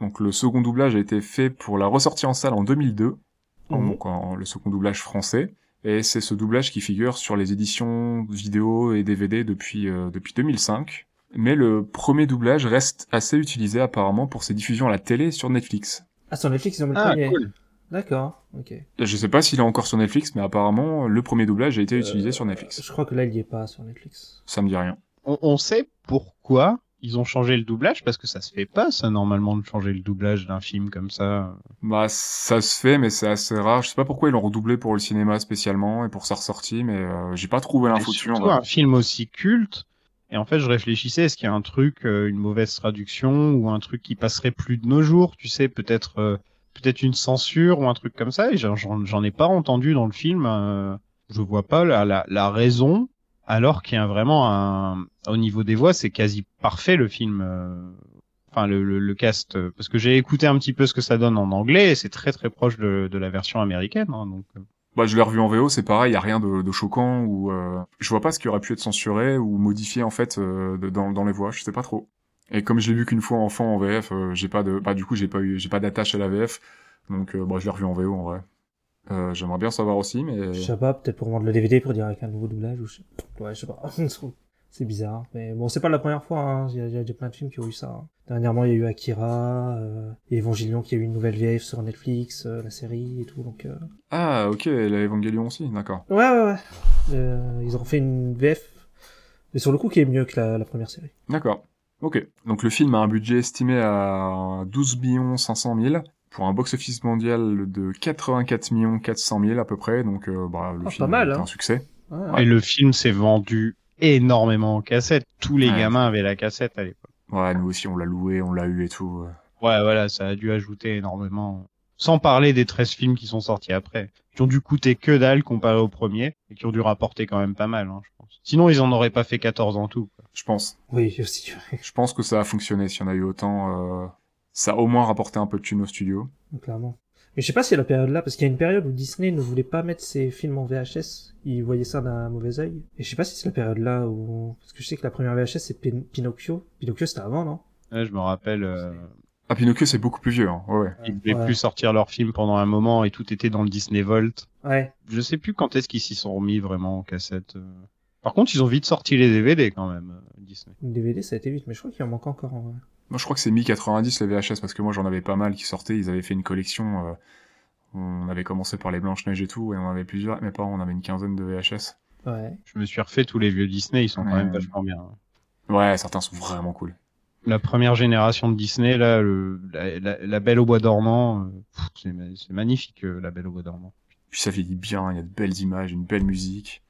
donc le second doublage a été fait pour la ressortie en salle en 2002, en- Mhm. donc en- le second doublage français, et c'est ce doublage qui figure sur les éditions vidéo et DVD depuis, euh, depuis 2005. Mais le premier doublage reste assez utilisé apparemment pour ses diffusions à la télé sur Netflix. ah, sur Netflix, ils ont mis le <laughs> Ah, premier. cool. D'accord, ok. Je sais pas s'il est encore sur Netflix, mais apparemment le premier doublage a été utilisé sur Netflix. Je crois que là, il y est pas sur Netflix. Ça me dit rien. On, on sait pourquoi ils ont changé le doublage, parce que ça se fait pas, ça, normalement, de changer le doublage d'un film comme ça. Bah, ça se fait, mais c'est assez rare. Je sais pas pourquoi ils l'ont redoublé pour le cinéma spécialement et pour sa ressortie, mais euh, j'ai pas trouvé Et l'info dessus. en surtout, vrai. un film aussi culte. Et en fait, je réfléchissais, est-ce qu'il y a un truc, euh, une mauvaise traduction, ou un truc qui passerait plus de nos jours, tu sais, peut-être euh, peut-être une censure, ou un truc comme ça, et j'en- j'en j'en ai pas entendu dans le film. euh, je vois pas la, la, la raison, alors qu'il y a vraiment un... Au niveau des voix, c'est quasi parfait, le film. euh, Enfin, le, le, le cast, euh, parce que j'ai écouté un petit peu ce que ça donne en anglais, et c'est très très proche de, de la version américaine. hein, donc, euh, Bah, je l'ai revu en VO, c'est pareil, y a rien de, de choquant ou euh, je vois pas ce qui aurait pu être censuré ou modifié en fait euh, de- dans, dans les voix, je sais pas trop. Et comme je l'ai vu qu'une fois enfant en VF, euh, j'ai pas de, bah du coup j'ai pas eu, j'ai pas d'attache à la VF, donc euh, bah, je l'ai revu en VO en vrai. Euh, J'aimerais bien savoir aussi, mais Je sais pas, peut-être pour vendre le DVD pour dire avec un nouveau doublage ou je... Ouais, je sais pas. <laughs> c'est bizarre. Mais bon, c'est pas la première fois, hein. Il y a- il y a déjà plein de films qui ont eu ça. hein. Dernièrement, il y a eu Akira, euh, Evangelion qui a eu une nouvelle VF sur Netflix, euh, la série et tout, donc... euh, ah ok, la Evangelion aussi, d'accord. Ouais, ouais, ouais. Euh, ils ont fait une VF, mais sur le coup qui est mieux que la, la première série. D'accord. Ok. Donc le film a un budget estimé à 12 500 000 pour un box-office mondial de 84 400 000 à peu près. Donc euh, bah, le Ah, film pas mal, est un hein. succès. Ouais, Et le film s'est vendu énormément en cassette. Tous les Ouais. gamins avaient la cassette à l'époque. Ouais, nous aussi on l'a loué, on l'a eu et tout. ouais. Ouais, voilà, ça a dû ajouter énormément. Sans parler des 13 films qui sont sortis après, qui ont dû coûter que dalle comparé au premier, et qui ont dû rapporter quand même pas mal, hein, je pense. Sinon, ils en auraient pas fait 14 en tout. quoi. Je pense. Oui, aussi. Je pense que ça a fonctionné. S'il y en a eu autant, euh, ça a au moins rapporté un peu de thunes au studio. ouais, Clairement. Mais je sais pas si à la période là, parce qu'il y a une période où Disney ne voulait pas mettre ses films en VHS. Ils voyaient ça d'un mauvais œil. Et je sais pas si c'est la période là où... Parce que je sais que la première VHS, c'est Pin- Pinocchio. Pinocchio, c'était avant, non Ouais, je me rappelle, euh, Ah, Pinocchio c'est beaucoup plus vieux. Hein. Ouais, ouais. ils pouvaient Ouais. plus sortir leurs films pendant un moment, et tout était dans le Disney Vault. Ouais. Je sais plus quand est-ce qu'ils s'y sont remis vraiment en cassette. euh. Par contre, ils ont vite sorti les DVD quand même, euh, Disney. Le DVD, ça a été vite, mais je crois qu'il en manque encore en vrai. Moi je crois que c'est mi-90 les VHS parce que moi j'en avais pas mal qui sortaient. Ils avaient fait une collection. euh, on avait commencé par les Blanches-Neiges et tout, et on en avait plusieurs. Mes parents, on avait une quinzaine de VHS. Ouais. Je me suis refait tous les vieux Disney, ils sont quand Ouais. même vachement bien. hein. Ouais, certains sont vraiment cool. la première génération de Disney, là, le, la, la- la Belle au Bois dormant, euh, pff, c'est ma- c'est magnifique, euh, la Belle au Bois dormant. Puis ça vieillit bien, il y a de belles images, une belle musique.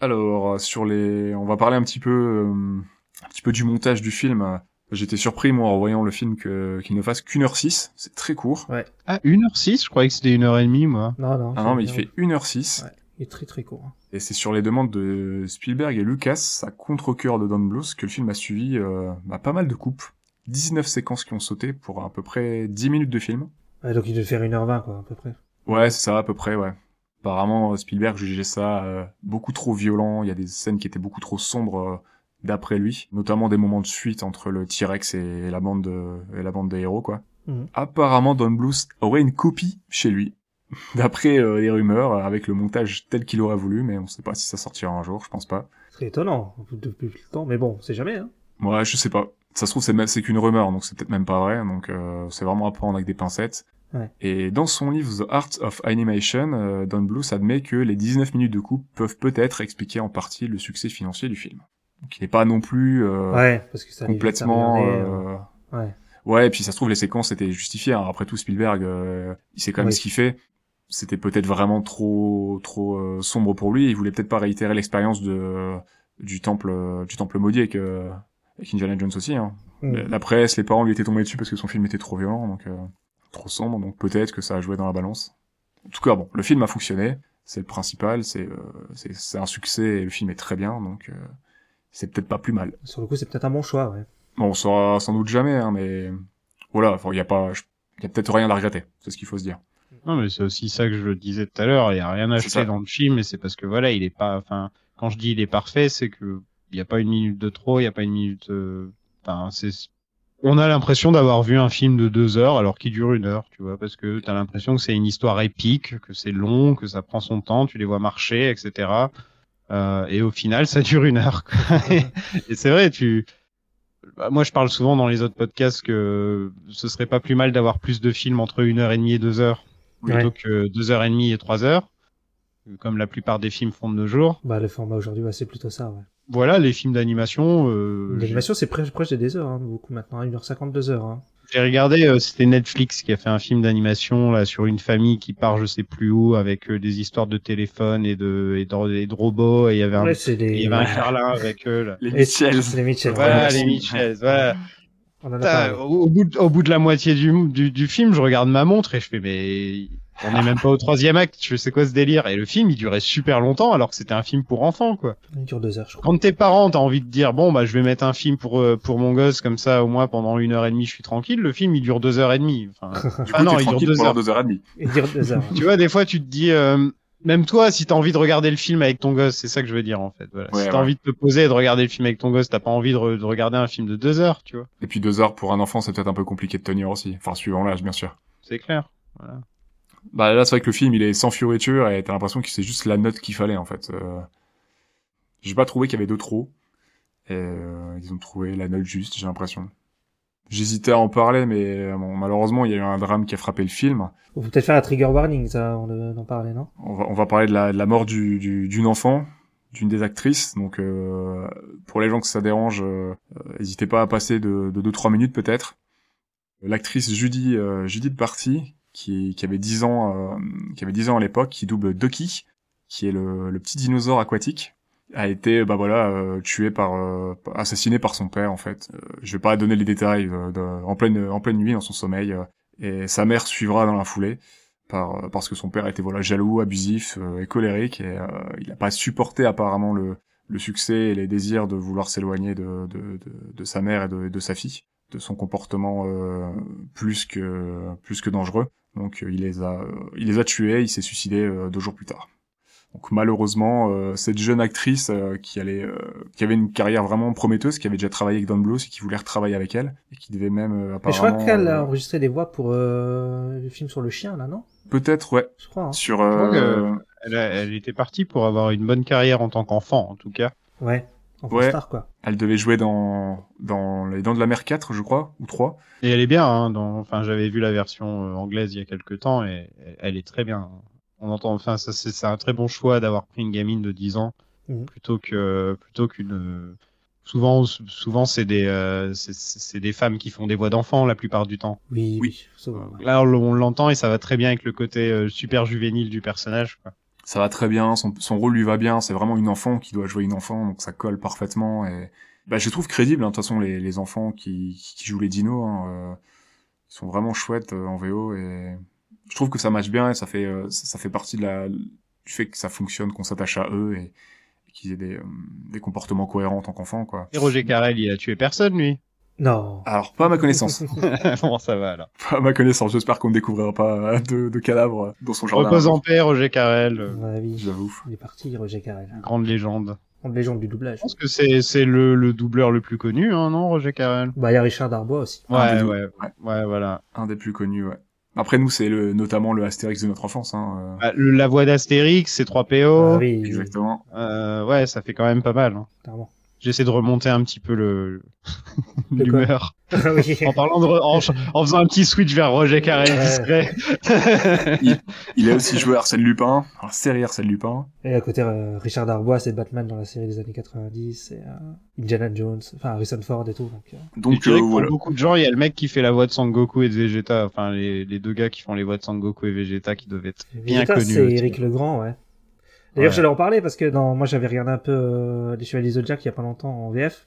Alors, euh, sur les, on va parler un petit peu, euh, un petit peu du montage du film. J'étais surpris moi en voyant le film que qu'il ne fasse qu'une heure six. C'est très court. Ah, 1h06, je croyais que c'était 1h30, moi. Non, non. c'est Ah non, mais il bien. fait une heure six. Ouais. Il est très très court. hein. Et c'est sur les demandes de Spielberg et Lucas, à contre-cœur de Don Bluth, que le film a suivi euh, bah, pas mal de coupes. 19 séquences qui ont sauté pour à peu près 10 minutes de film. Ouais, donc il devait faire 1h20, quoi, à peu près. Ouais, c'est ça, à peu près, ouais. Apparemment, euh, Spielberg jugeait ça euh, beaucoup trop violent. Il y a des scènes qui étaient beaucoup trop sombres euh, d'après lui, notamment des moments de suite entre le T-Rex et la bande de, et la bande des héros, quoi. Mhm. Apparemment, Don Bluth aurait une copie chez lui, <laughs> d'après euh, les rumeurs, euh, avec le montage tel qu'il aurait voulu, mais on sait pas si ça sortira un jour, je pense pas. C'est étonnant, depuis le temps, mais bon, c'est jamais, hein. Ouais, je sais pas. Ça se trouve, c'est même- c'est qu'une rumeur, donc c'est peut-être même pas vrai. Donc euh, c'est vraiment à prendre avec des pincettes. Ouais. Et dans son livre The Art of Animation, euh, Don Bluth admet que les 19 minutes de coupe peuvent peut-être expliquer en partie le succès financier du film. Donc il n'est pas non plus euh, ouais, parce que ça allait vite complètement... terminer, euh, euh, Ouais. Ouais, et puis ça se trouve, les séquences étaient justifiées. Alors, après tout, Spielberg, euh, il sait quand même Oui. ce qu'il fait. C'était peut-être vraiment trop trop euh, sombre pour lui. Il voulait peut-être pas réitérer l'expérience de euh, du temple euh, du temple maudit avec, euh, avec Indiana Jones aussi. Hein. Mm. La- La presse, les parents lui étaient tombés dessus parce que son film était trop violent, donc euh, trop sombre. Donc peut-être que ça a joué dans la balance. En tout cas, bon, le film a fonctionné. C'est le principal. C'est euh, c'est c'est un succès. Et le film est très bien, donc euh, c'est peut-être pas plus mal. hmm. Sur le coup, c'est peut-être un bon choix, ouais. Bon, on saura sans doute jamais, hein, mais voilà, il y a pas, il y a peut-être rien à regretter, c'est ce qu'il faut se dire. Non, mais c'est aussi ça que je disais tout à l'heure. Il n'y a rien C'est ça. acheté dans le film, mais c'est parce que voilà, il est pas. Enfin, quand je dis il est parfait, c'est que il n'y a pas une minute de trop, il n'y a pas une minute. euh, Enfin, c'est. On a l'impression d'avoir vu un film de deux heures alors qu'il dure une heure, tu vois, parce que t'as l'impression que c'est une histoire épique, que c'est long, que ça prend son temps, tu les vois marcher, etc. Euh, et au final, ça <laughs> dure une heure. quoi. et c'est vrai, tu. Bah, moi, je parle souvent dans les autres podcasts que ce serait pas plus mal d'avoir plus de films entre une heure et demie et deux heures Oui. plutôt que deux heures et demie et trois heures, euh, comme la plupart des films font de nos jours. Bah, le format aujourd'hui, ouais, c'est plutôt ça, ouais. Voilà, les films d'animation, euh, L'animation, c'est près, proche des deux heures, hein, beaucoup maintenant, 1h50, 2 heures, hein. j'ai regardé, euh, c'était Netflix qui a fait un film d'animation là sur une famille qui part je sais plus où avec euh, des histoires de téléphone et de et de, et de robots et il y avait un, Ouais, c'est il les... y avait un Carlin avec eux là. Les Et- c'est les Mitchell. Voilà ouais. les Mitchells, voilà. On en a Putain, parlé. au, au bout de, au bout de la moitié du, du, du film, je regarde ma montre et je fais mais on n'est même pas au troisième acte, je sais quoi ce délire Et le film, il durait super longtemps alors que c'était un film pour enfants quoi. Il dure 2 heures, je crois. Quand t'es parent, t'as envie de dire bon bah je vais mettre un film pour euh, pour mon gosse comme ça au moins pendant une heure et demie je suis tranquille. Le film il dure deux heures et demie. Enfin, Du coup, ah non, t'es il dure tranquille deux pendant heures. deux heures et demie. Il dure 2 heures. hein. <laughs> tu vois des fois tu te dis euh, même toi si t'as envie de regarder le film avec ton gosse c'est ça que je veux dire en fait. Voilà. Ouais, si t'as ouais. envie de te poser et de regarder le film avec ton gosse t'as pas envie de, re- de regarder un film de deux heures tu vois. Et puis deux heures pour un enfant, c'est peut-être un peu compliqué de tenir aussi. Enfin, suivant l'âge, bien sûr. C'est clair. Voilà. Bah là, c'est vrai que le film, il est sans fioriture et t'as l'impression que c'est juste la note qu'il fallait en fait. Euh, J'ai pas trouvé qu'il y avait de trop. Et, euh, ils ont trouvé la note juste, j'ai l'impression. J'hésitais à en parler, mais euh, bon, malheureusement, il y a eu un drame qui a frappé le film. On peut peut-être faire un trigger warning, ça, on devait en parler, non on va, on va parler de la, de la mort du- du- d'une enfant, d'une des actrices. Donc, euh, pour les gens que ça dérange, euh, euh, n'hésitez pas à passer de, de 2-3 minutes peut-être. L'actrice Judy, euh, Judith Barty, qui, qui avait 10 ans, euh, qui avait 10 ans à l'époque, qui double Ducky, qui est le, le petit dinosaure aquatique, a été, bah voilà, euh, tué par, euh, assassiné par son père en fait. Euh, je vais pas donner les détails euh, de- en pleine, en pleine nuit dans son sommeil. euh, et sa mère suivra dans la foulée par, euh, parce que son père était voilà jaloux, abusif euh, et colérique et euh, il n'a pas supporté apparemment le, le succès et les désirs de vouloir s'éloigner de, de, de, de sa mère et de, de sa fille, de son comportement euh, plus que plus que dangereux. Donc euh, il les a euh, il les a tués, il s'est suicidé euh, deux jours plus tard. Donc malheureusement euh, cette jeune actrice euh, qui allait euh, qui avait une carrière vraiment prometteuse, qui avait déjà travaillé avec Don Bluth et qui voulait retravailler avec elle et qui devait même euh, Mais je crois apparemment qu'elle a euh, enregistré des voix pour euh, le film sur le chien, là, non peut-être ouais Je crois, hein. sur crois que- euh, Elle, a- elle était partie pour avoir une bonne carrière en tant qu'enfant en tout cas. Ouais. En Ouais. star, quoi. Elle devait jouer dans, dans Les Dents de la Mer 4, je crois, ou 3. Et elle est bien. Hein, dans... Enfin j'avais vu la version euh, anglaise il y a quelques temps et elle est très bien. hein. On entend. Enfin ça c'est c'est un très bon choix d'avoir pris une gamine de 10 ans Mhm. plutôt que plutôt qu'une euh, Souvent, souvent c'est des, euh, c'est- c'est c'est des femmes qui font des voix d'enfants la plupart du temps. Oui, Oui. oui, souvent. Là, on l- on l'entend et ça va très bien avec le côté euh, super juvénile du personnage. quoi. ça va très bien, son, son rôle lui va bien, c'est vraiment une enfant qui doit jouer une enfant, donc ça colle parfaitement. Et bah, je les trouve crédible, hein, de toute façon, les, les enfants qui, qui, qui jouent les dinos, hein, euh, ils sont vraiment chouettes euh, en VO, et je trouve que ça match bien, et ça fait, euh, ça, ça fait partie de la, du fait que ça fonctionne, qu'on s'attache à eux, et, et qu'ils aient des, euh, des comportements cohérents en tant qu'enfants, quoi. Et Roger Carrel, il a tué personne, lui. <laughs> Non. Alors, pas à ma <laughs> connaissance, bon, ça va alors. pas à ma connaissance, j'espère qu'on ne découvrira pas euh, de, de cadavres dans son jardin. Repose en paix, Roger Carrel, À euh, mon avis, J'avoue. il est parti, Roger Carrel. grande légende. Grande légende du doublage. Je pense que c'est c'est le, le doubleur le plus connu, hein, non, Roger Carrel Bah, il y a Richard Darbois aussi. Un Ouais, des deux. ouais, ouais, voilà. Un des plus connus, ouais. Après, nous, c'est le, notamment le Astérix de notre enfance. Hein, euh, Ah, le- la voix d'Astérix, c'est 3PO. Ah oui, oui, Oh, Exactement. Euh, ouais, ça fait quand même pas mal. hein. clairement. J'essaie de remonter un petit peu le Le l'humeur Ah <laughs> oui. en parlant de re- en, ch- en faisant un petit switch vers Roger Carrel Ouais. discret. Il a aussi joué Arsène Lupin, alors série Arsène Lupin. Et à côté, euh, Richard Darbois, c'est Batman dans la série des années 90, et euh, Indiana Jones, enfin Harrison Ford et tout. Donc, euh, Donc, <laughs> Donc euh, pour voilà. beaucoup de gens, il y a le mec qui fait la voix de Sangoku et de Vegeta, enfin les, les deux gars qui font les voix de Sangoku et Vegeta qui devaient être bien Vegeta, connus. C'est aussi. Eric Legrand, ouais. D'ailleurs, Ouais. j'allais en parler parce que dans, moi, j'avais regardé un peu euh, Les Chevaliers Zodiac il y a pas longtemps en VF.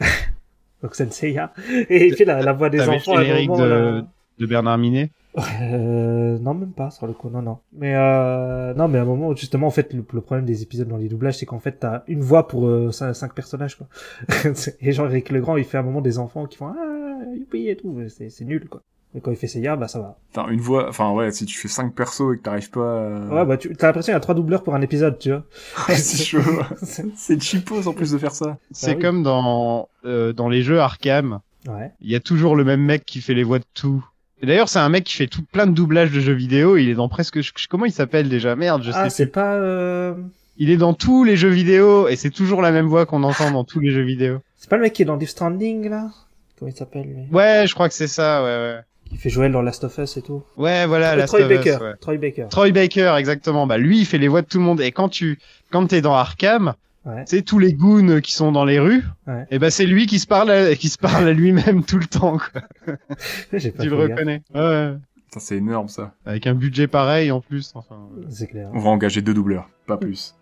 <laughs> Donc Senseiya. Et il fait la, la voix des T'avais enfants fait à un l'Eric moment, de- là. de Bernard Minet. Bah Euh, non, même pas, sur le coup, non, non. Mais, euh, non, mais à un moment, justement, en fait, le, le problème des épisodes dans les doublages, c'est qu'en fait, t'as une voix pour euh, cin- cinq personnages, quoi. <laughs> et genre, Eric Legrand, il fait à un moment des enfants qui font, ah, youpi et tout, mais c'est c'est nul, quoi. Mais quand il fait Seiya, bah, ça va. T'as une voix, enfin ouais, si tu fais cinq persos et que t'arrives pas à- Ah, Ouais, bah, tu, t'as l'impression qu'il y a trois doubleurs pour un épisode, tu vois. <laughs> bah. <laughs> c'est chaud. c'est cheapos en plus de faire ça. C'est oui. comme dans euh, dans les jeux Arkham, ouais. il y a toujours le même mec qui fait les voix de tout. Et D'ailleurs, c'est un mec qui fait tout plein de doublages de jeux vidéo. Il est dans presque je- je- comment il s'appelle déjà Merde, je Ah, sais. c'est pas, euh... Il est dans tous les jeux vidéo et c'est toujours la même voix qu'on entend dans tous les jeux vidéo. c'est pas le mec qui est dans Death Stranding, là? Comment il s'appelle, lui? Ouais, je crois que c'est ça. Ouais, Qui fait Joël dans Last of Us et tout. ouais. Ouais, voilà. Euh, Last Troy of Us, Baker. ouais. Troy Baker. <laughs> <laughs> Troy Baker, exactement. Bah lui, il fait les voix de tout le monde. Et quand tu quand t'es dans Arkham, Ouais. c'est tous les goons qui sont dans les rues. Ouais. Et bah c'est lui qui se parle à... qui se parle à lui-même <laughs> tout le temps. Quoi. J'ai pas Tu le fait gaffe. reconnais. Ouais. Ça c'est énorme ça. Avec un budget pareil en plus, enfin. C'est clair. On va engager deux doubleurs, pas plus.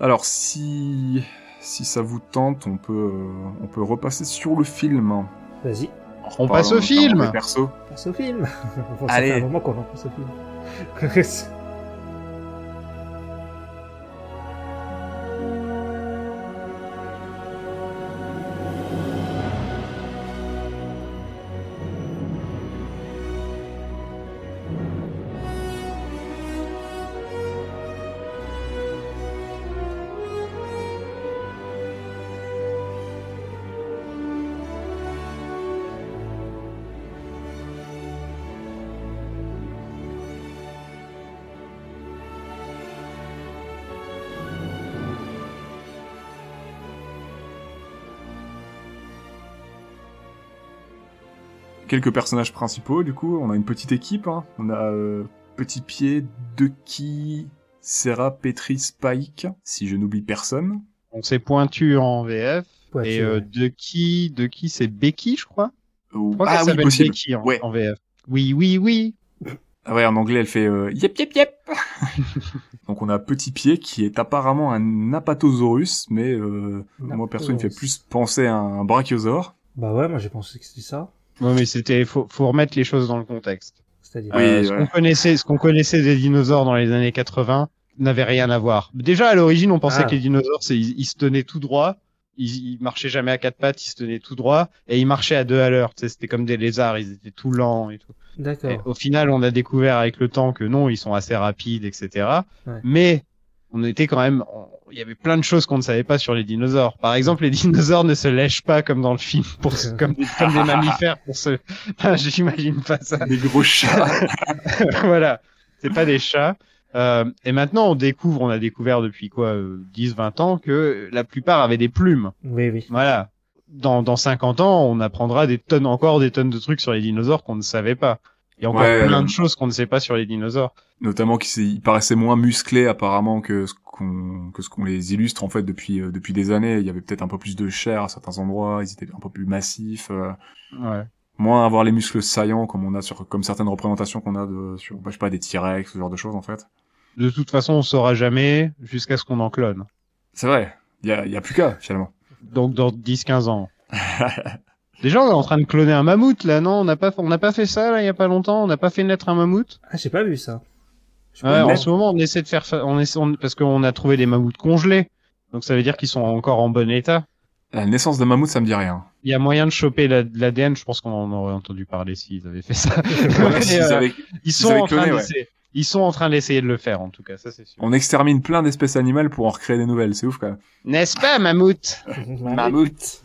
Alors si si ça vous tente, on peut euh, on peut repasser sur le film. Vas-y, On Parlons passe au notamment film. des persos. passe au film. <laughs> Bon, ça Allez. fait un moment qu'on en passe au film. <laughs> quelques personnages principaux, du coup. On a une petite équipe. hein. On a euh, Petit Pied, Ducky, Serra, Petri, Spike, si je n'oublie personne. On s'est pointu en VF. Pointu, et euh, ouais. de qui, de qui c'est Becky, je crois. Ou- Je crois ah qu'elle oui, s'appelle possible. Becky en, Ouais. en VF. Oui, oui, oui. Ah ouais, en anglais, elle fait euh, yep yep <laughs> yep. Donc on a Petit Pied qui est apparemment un apatosaurus, mais euh, moi perso, il me fait plus penser à un brachiosaure. Bah ouais, moi j'ai pensé que c'était ça. Non, mais c'était, faut, faut remettre les choses dans le contexte. C'est-à-dire. Oui, Euh, ce ouais. qu'on connaissait, ce qu'on connaissait des dinosaures dans les années 80 n'avait rien à voir. Déjà à l'origine, on pensait Ah. que les dinosaures, c'est, ils, ils se tenaient tout droit. Ils, ils marchaient jamais à quatre pattes, ils se tenaient tout droit et ils marchaient à deux à l'heure. Tu sais, C'était comme des lézards, ils étaient tout lents et tout. Et D'accord. au final, on a découvert avec le temps que non, ils sont assez rapides, etc. Ouais. Mais on était quand même, on- il y avait plein de choses qu'on ne savait pas sur les dinosaures. Par exemple, les <laughs> dinosaures ne se lèchent pas comme dans le film, <laughs> pour se- comme, des, comme des mammifères. Pour se, <laughs> Ah, j'imagine pas ça. <laughs> Des gros chats. voilà, c'est pas des chats. Euh, et maintenant, on découvre, on a découvert depuis quoi, euh, 10, 20 ans, que la plupart avaient des plumes. Oui, oui. Voilà. Dans, dans 50 ans, on apprendra des tonnes, encore des tonnes de trucs sur les dinosaures qu'on ne savait pas. Il y a encore Ouais, plein euh, de choses qu'on ne sait pas sur les dinosaures. notamment qu'ils s'est- ils paraissaient moins musclés apparemment que ce qu'on que ce qu'on les illustre en fait depuis euh, depuis des années. Il y avait peut-être un peu plus de chair à certains endroits, ils étaient un peu plus massifs, euh, Ouais. moins avoir les muscles saillants comme on a sur comme certaines représentations qu'on a de sur bah, je sais pas des T-Rex ce genre de choses en fait. De toute façon, on saura jamais jusqu'à ce qu'on en clone. C'est vrai, il y a, il y a plus qu'à finalement. Donc dans <laughs> 10-15 ans. Déjà, on est en train de cloner un mammouth là, non On n'a pas, on n'a pas fait ça là il y a pas longtemps. On n'a pas fait naître un mammouth. Ah, j'ai pas vu ça. Je sais Ouais, pas, en mais- ce moment, on essaie de faire, fa- on essaie, on- parce qu'on a trouvé des mammouths congelés. Donc ça veut dire qu'ils sont encore en bon état. La naissance d'un mammouth ça me dit rien. Il y a moyen de choper la- de l'ADN. Je pense qu'on en aurait entendu parler s'ils avaient fait ça. <laughs> <laughs> Mais, S'ils euh, avaient- ils sont avaient en train cloné, ouais. d'essayer. Ils sont en train d'essayer de le faire, en tout cas, ça c'est sûr. On extermine plein d'espèces animales pour en recréer des nouvelles, c'est ouf quand même. N'est-ce pas, mammouth <laughs> Mammouth.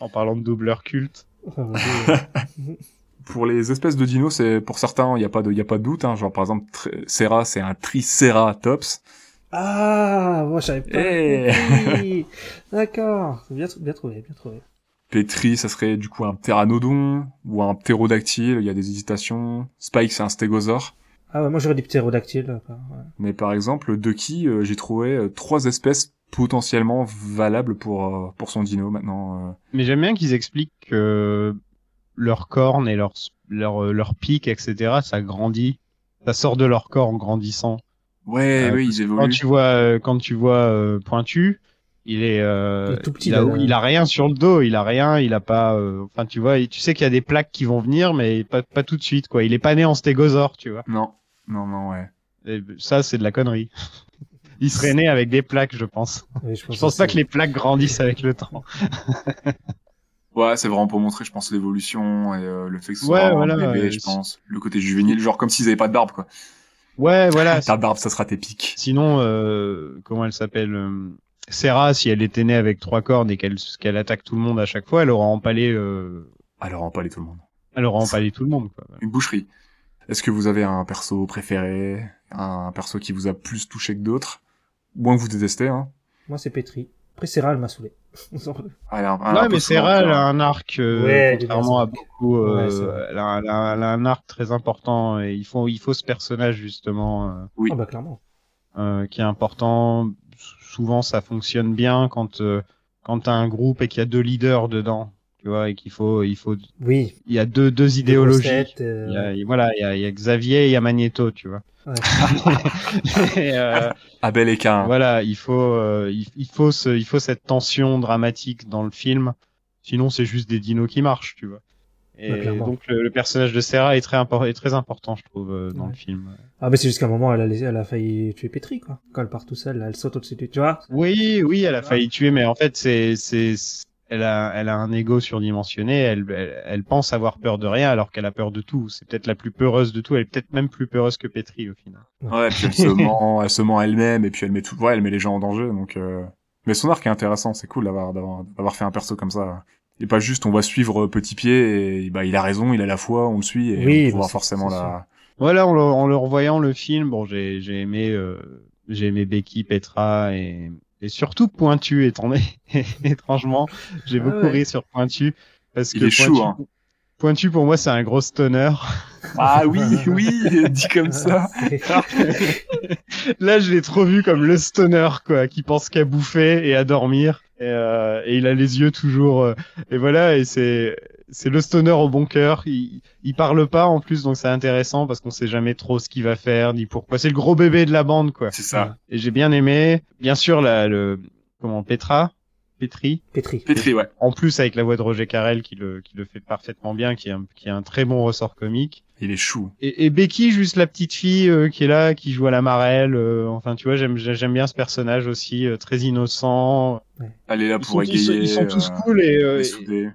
En parlant de doubleur culte. Enfin, Oh, mon Dieu. Pour les espèces de dinos, c'est pour certains, il y a pas de il y a pas de doute hein, genre par exemple tr- Serra, c'est un Triceratops. ah, moi j'avais pas. Eh. compris. D'accord. Bien, trou- bien trouvé, bien trouvé. Pétri, ça serait du coup un pteranodon ou un ptérodactyle, il y a des hésitations. Spike, c'est un stégosaure. Ah ouais, moi j'aurais dit ptérodactyle. quoi, ouais. Mais par exemple, Ducky, euh, j'ai trouvé euh, trois espèces potentiellement valables pour, euh, pour son dino maintenant. euh. Mais j'aime bien qu'ils expliquent que leurs cornes et leurs leur, euh, leur pics, etc., ça grandit. Ça sort de leur corps en grandissant. Ouais, Euh, oui, ils Quand évoluent. tu vois, euh, quand tu vois euh, Pointu, il est, euh, Il est tout petit, il, a, là, là. il a rien sur le dos, il a rien, il a pas, euh, enfin tu vois, tu sais qu'il y a des plaques qui vont venir, mais pas, pas tout de suite quoi. Il est pas né en stégosaure, tu vois. Non, non, non, ouais. Et ça c'est de la connerie. il serait né avec des plaques, je pense. Oui, Je pense pas que les plaques grandissent avec le temps. Ouais, c'est vraiment pour montrer, je pense, l'évolution et euh, le fait que ce Ouais, soit vraiment un voilà, bébé, euh, je c'est- pense. Le côté juvénile, genre comme s'ils avaient pas de barbe, quoi. Ouais, voilà. Ta barbe, ça sera tes pics. Sinon, euh, comment elle s'appelle euh, Sarah, si elle était née avec trois cornes et qu'elle qu'elle attaque tout le monde à chaque fois, elle aura empalé, euh, Alors, empalez tout le monde. elle aura empalé tout le monde. Quoi. Une boucherie. Est-ce que vous avez un perso préféré Un perso qui vous a plus touché que d'autres Ou un que vous détestez, hein Moi c'est Pétri. Après Serra, elle m'a <laughs> saoulé. Ah, elle a un- un Ouais, peu souvent, mais Serra, tu elle vois. a un arc, euh, Ouais, contrairement elle à est bien, beaucoup, euh, Ouais, c'est vrai. elle, a, elle a- elle a un arc très important et il faut, il faut ce personnage justement euh, Oui. Ah bah clairement. euh, qui est important. S- Souvent, ça fonctionne bien quand euh, quand t'as un groupe et qu'il y a deux leaders dedans, tu vois, et qu'il faut, il faut, Oui. il y a deux deux idéologies. Rosette, euh, Il y a- il- voilà, il y a, il y a Xavier et il y a Magneto, tu vois. Ouais. <laughs> Et, euh, Abel et Cain. voilà, il faut, euh, il, il faut ce, il faut cette tension dramatique dans le film. Sinon, c'est juste des dinos qui marchent, tu vois. Et Ouais, clairement. donc le, le personnage de Sarah est très, impor- est très important, je trouve, euh, dans Ouais. le film. Ah mais c'est jusqu'à un moment elle a, les- elle a failli tuer Pétri quoi. Quand elle part tout seule, là, elle saute au-dessus du... Tu vois Oui, oui, Ah. elle a failli tuer, mais en fait, c'est, c'est, c'est- elle a, elle a un ego surdimensionné. Elle, elle, elle pense avoir peur de rien, alors qu'elle a peur de tout. C'est peut-être la plus peureuse de tout. Elle est peut-être même plus peureuse que Petri au final. Ouais, puis elle <laughs> se ment, elle se ment elle-même, et puis elle met tout, ouais, elle met les gens en danger, donc, euh... Mais son arc est intéressant, c'est cool d'avoir, d'avoir, d'avoir fait un perso comme ça. Et pas juste, on va suivre euh, Petit Pied, et bah, il a raison, il a la foi, on le suit, et Oui, on pourra bah, c'est- forcément c'est la... Voilà, en le, en le revoyant le film, bon, j'ai j'ai aimé, euh, j'ai aimé Becky, Petra et, et surtout Pointu, étant <laughs> étrangement, j'ai Ah beaucoup ouais. ri sur Pointu parce Il que est Pointu, chaud, hein. Pointu pour moi c'est un gros stoner. Ah <laughs> oui, oui, dit comme ça. <laughs> C'est- Là, je l'ai trop vu comme le stoner quoi, qui pense qu'à bouffer et à dormir et, euh, et il a les yeux toujours euh, et voilà et c'est c'est le stoner au bon cœur. Il, il parle pas en plus, donc c'est intéressant parce qu'on sait jamais trop ce qu'il va faire ni pourquoi. C'est le gros bébé de la bande quoi. C'est ça. Et j'ai bien aimé, bien sûr, la, le, comment, Petra, Petri. Pétri. Petri, ouais. En plus, avec la voix de Roger Carrel qui le, qui le fait parfaitement bien, qui est un, qui a un très bon ressort comique. Il est chou. Et, et Becky, juste la petite fille euh, qui est là, qui joue à la marelle. euh, enfin, tu vois, j'aime, j'aime bien ce personnage aussi, euh, très innocent. Elle est là Ils pour sont, tous, égayer. ils sont tous euh, cool et, euh, les souder.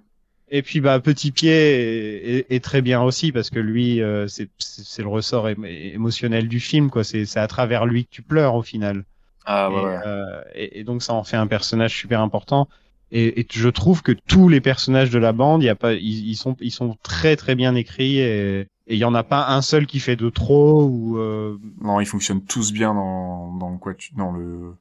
et puis bah petit pied est, est- est très bien aussi parce que lui euh, c'est c'est c'est le ressort émo- émotionnel du film quoi c'est c'est à travers lui que tu pleures au final Ah et, ouais, ouais. euh, et- et donc ça en fait un personnage super important. Et, et je trouve que tous les personnages de la bande, il y a pas, ils, ils sont, ils sont très très bien écrits et et il y en a pas un seul qui fait de trop ou. euh, Non, ils fonctionnent tous bien dans, dans le quatu- dans le,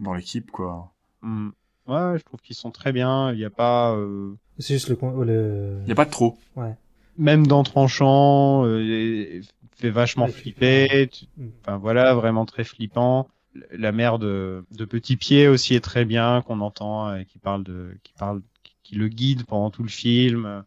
dans l'équipe, quoi. hmm. Ouais, je trouve qu'ils sont très bien. Il y a pas. euh, C'est juste le... con- le... Il y a pas de trop. même dans Tranchant, euh, et- et fait vachement Ouais. flipper. tu- Mm. Enfin voilà, vraiment très flippant. La mère de, de Petit Pied aussi est très bien, qu'on entend et qui parle de, qui parle, qui le guide pendant tout le film.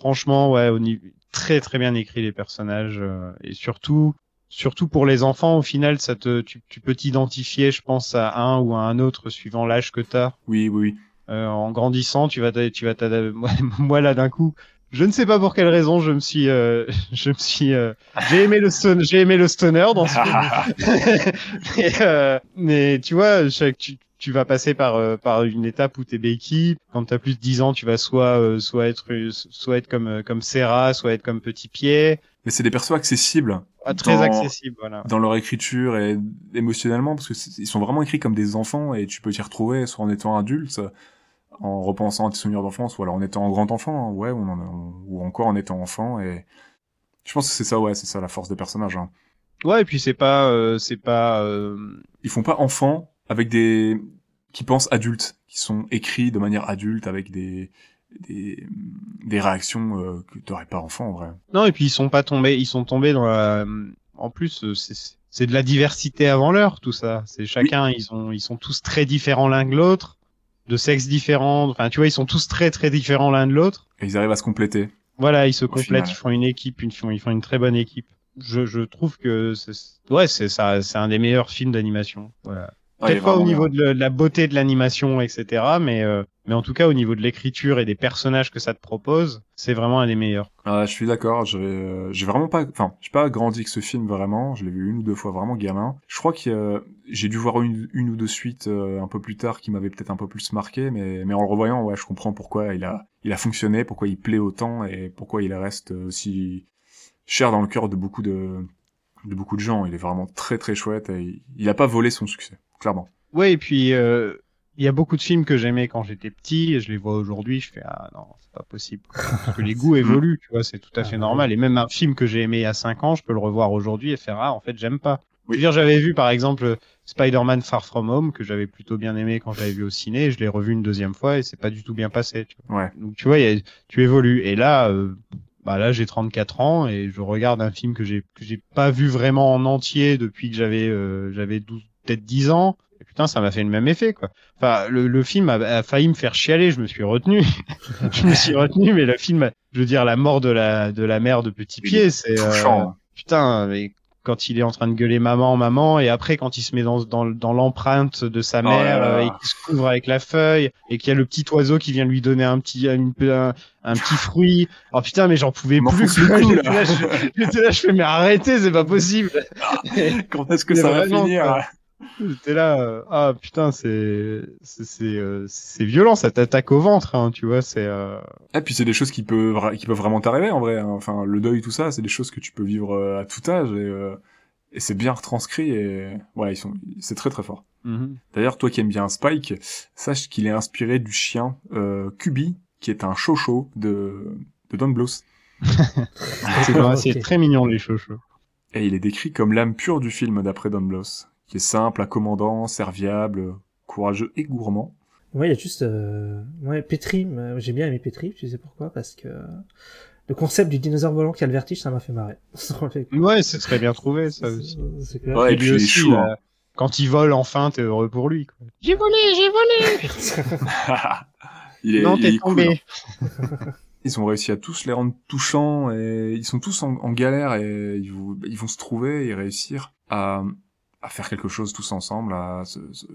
Franchement, ouais, au niveau, très très bien écrit les personnages euh, et surtout, surtout pour les enfants, au final, ça te, tu, tu peux t'identifier, je pense, à un ou à un autre suivant l'âge que t'as. Oui, oui, oui. Euh, en grandissant, tu vas, t'a- tu vas, t'ada- <laughs> moi, moi là d'un coup, je ne sais pas pour quelle raison, je me suis, euh, <laughs> je me suis, euh, j'ai aimé le stone, j'ai aimé le stoner dans ce film. mais, euh, mais tu vois, chaque- tu, tu vas passer par, euh, par une étape où t'es béquille. Quand t'as plus de 10 ans, tu vas soit, euh, soit être, euh, soit être comme, euh, comme Serra, soit être comme Petit Pied. Mais c'est des persos accessibles Ah, très Dans- accessible, voilà. dans leur écriture et émotionnellement parce que c'est- ils sont vraiment écrits comme des enfants et tu peux t'y retrouver soit en étant adulte en repensant à tes souvenirs d'enfance ou alors en étant grand enfant hein, ouais on en a- on- ou encore en étant enfant et je pense que c'est ça ouais c'est ça la force des personnages hein. Ouais, et puis c'est pas, euh, c'est pas, euh, ils font pas enfants avec des qui pensent adultes qui sont écrits de manière adulte avec des des, des réactions euh, que t'aurais pas enfant en vrai Non, et puis ils sont pas tombés, ils sont tombés dans la. En plus, euh, c'est- c'est de la diversité avant l'heure, tout ça. C'est chacun, ils ont, ils sont tous très différents l'un de l'autre, de sexes différents. Enfin, tu vois, ils sont tous très très différents l'un de l'autre. et ils arrivent à se compléter Voilà, ils se complètent, final. ils font une équipe, une, ils font- ils font une très bonne équipe. Je, je trouve que c'est, ouais, c'est ça, c'est un des meilleurs films d'animation. Voilà. Ouais, il est Peut-être pas au vraiment niveau de, le- de la beauté de l'animation, etc., mais euh, mais en tout cas au niveau de l'écriture et des personnages que ça te propose, c'est vraiment un des meilleurs. Ah, je suis d'accord. J'ai, euh, j'ai vraiment pas, enfin, j'ai pas grandi avec ce film vraiment. Je l'ai vu une ou deux fois vraiment gamin. Je crois que euh, j'ai dû voir une, une ou deux suites euh, un peu plus tard qui m'avaient peut-être un peu plus marqué, mais mais en le revoyant, ouais, je comprends pourquoi il a il a fonctionné, pourquoi il plaît autant et pourquoi il reste euh, si cher dans le cœur de beaucoup de de beaucoup de gens. Il est vraiment très très chouette et il, il a pas volé son succès, clairement. Ouais, et puis euh, il y a beaucoup de films que j'aimais quand j'étais petit et je les vois aujourd'hui, je fais ah non, c'est pas possible. Parce que les goûts évoluent, tu vois, c'est tout à fait normal. Et même un film que j'ai aimé il y a 5 ans, je peux le revoir aujourd'hui et faire ah en fait, j'aime pas. Je veux dire, j'avais vu par exemple Spider-Man Far From Home que j'avais plutôt bien aimé quand j'avais vu au ciné, et je l'ai revu une deuxième fois et c'est pas du tout bien passé, tu vois. Ouais. Donc tu vois, il y a- tu évolues et là euh, bah là, j'ai 34 ans et je regarde un film que j'ai que j'ai pas vu vraiment en entier depuis que j'avais euh, j'avais 12 peut-être 10 ans. Et putain, ça m'a fait le même effet quoi. Enfin, le, le film a, a failli me faire chialer, je me suis retenu. <laughs> je me suis retenu mais le film, a- je veux dire la mort de la de la mère de Petit Il Pied, c'est euh, Touchant. hein. putain, mais quand il est en train de gueuler maman, maman, et après quand il se met dans, dans, dans l'empreinte de sa Oh là mère là. euh, et qu'il se couvre avec la feuille et qu'il y a le petit oiseau qui vient lui donner un petit une- un, un petit fruit. Oh putain, mais j'en pouvais M'en plus. fous le cul, J'étais là, là. je- <laughs> j'étais là, je fais mais arrêtez, c'est <laughs> pas possible. <laughs> Quand est-ce que Mais ça va vraiment, finir hein quoi. J'étais là, euh, ah putain, c'est c'est c'est euh, c'est violent, ça t'attaque au ventre, hein, tu vois, c'est euh, Et Ah, puis c'est des choses qui peuvent qui peuvent vraiment t'arriver en vrai. hein. Enfin le deuil tout ça, c'est des choses que tu peux vivre euh, à tout âge et, euh, et c'est bien retranscrit et ouais ils sont c'est très très fort. D'ailleurs toi qui aimes bien Spike, sache qu'il est inspiré du chien euh, Kubi qui est un chocho de de Don Bluth c'est Ah, vraiment- c'est ok. très mignon les chouchous. et il est décrit comme l'âme pure du film d'après Don Bluth, qui est simple, accommodant, serviable, courageux et gourmand. <laughs> Ouais, il y a juste, euh... ouais, Petri, euh, j'ai bien aimé Petri, je sais pourquoi, parce que le concept du dinosaure volant qui a le vertige, ça m'a fait marrer. <laughs> C'est- Ouais, c'est très bien trouvé ça aussi. c'est clair. <laughs> Ouais, Et et puis lui il est aussi, chaud, hein. euh, quand il vole enfin, t'es heureux pour lui. Quoi. J'ai volé, j'ai volé. il est, non, il est t'es cool, hein. tombé. ils ont réussi à tous les rendre touchants et ils sont tous en, en galère et ils, vou- ils vont se trouver et réussir à, à faire quelque chose tous ensemble, à, se- se-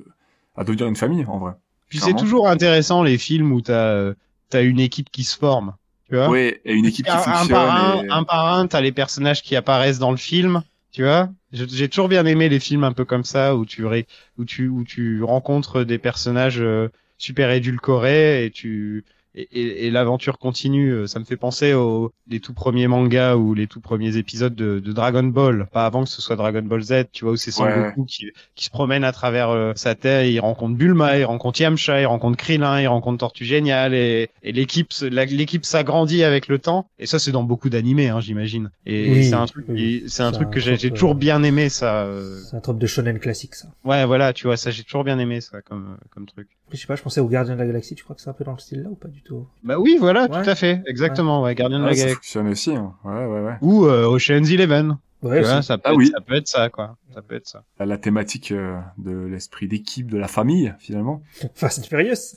à devenir une famille en vrai. Puis c'est Clairement. toujours intéressant les films où t'as euh, t'as une équipe qui se forme. Tu vois Oui, et une équipe qui un, un fonctionne. par un, et- un par un, t'as les personnages qui apparaissent dans le film. Tu vois Je- J'ai toujours bien aimé les films un peu comme ça où tu ré- où tu où tu rencontres des personnages euh, super édulcorés et tu et, et- et l'aventure continue. Euh, Ça me fait penser aux les tout premiers mangas ou les tout premiers épisodes de, de Dragon Ball. Pas avant que ce soit Dragon Ball Z, tu vois, où c'est Ouais. Sangoku qui, qui se promène à travers euh, sa terre. et Il rencontre Bulma, il rencontre Yamcha, il rencontre Krillin, il rencontre Tortue Géniale et, et l'équipe se- la- l'équipe s'agrandit avec le temps. Et ça, c'est dans beaucoup d'animés, hein, j'imagine. Et, et Oui, c'est un truc, oui. qui- c'est un C'est truc un que j'ai truc, j'ai euh, toujours bien aimé ça. euh. C'est un trope de shonen classique, ça. Ouais, voilà, tu vois, ça j'ai toujours bien aimé ça comme comme truc. Après, je sais pas, je pensais au Gardien de la Galaxie, tu crois que c'est un peu dans le style là ou pas du plutôt. Bah oui, voilà, Ouais. tout à fait, exactement, ouais, Gardien de Ah, la ça Galaxie. fonctionne aussi. hein. Ouais, ouais, ouais. Ou euh, Ocean's Eleven. Ouais, tu vois, aussi. ça peut, Ah être, oui. ça peut être ça, quoi. Ça peut être ça. La- La thématique euh, de l'esprit d'équipe, de la famille, finalement. Fast and <laughs> Furious.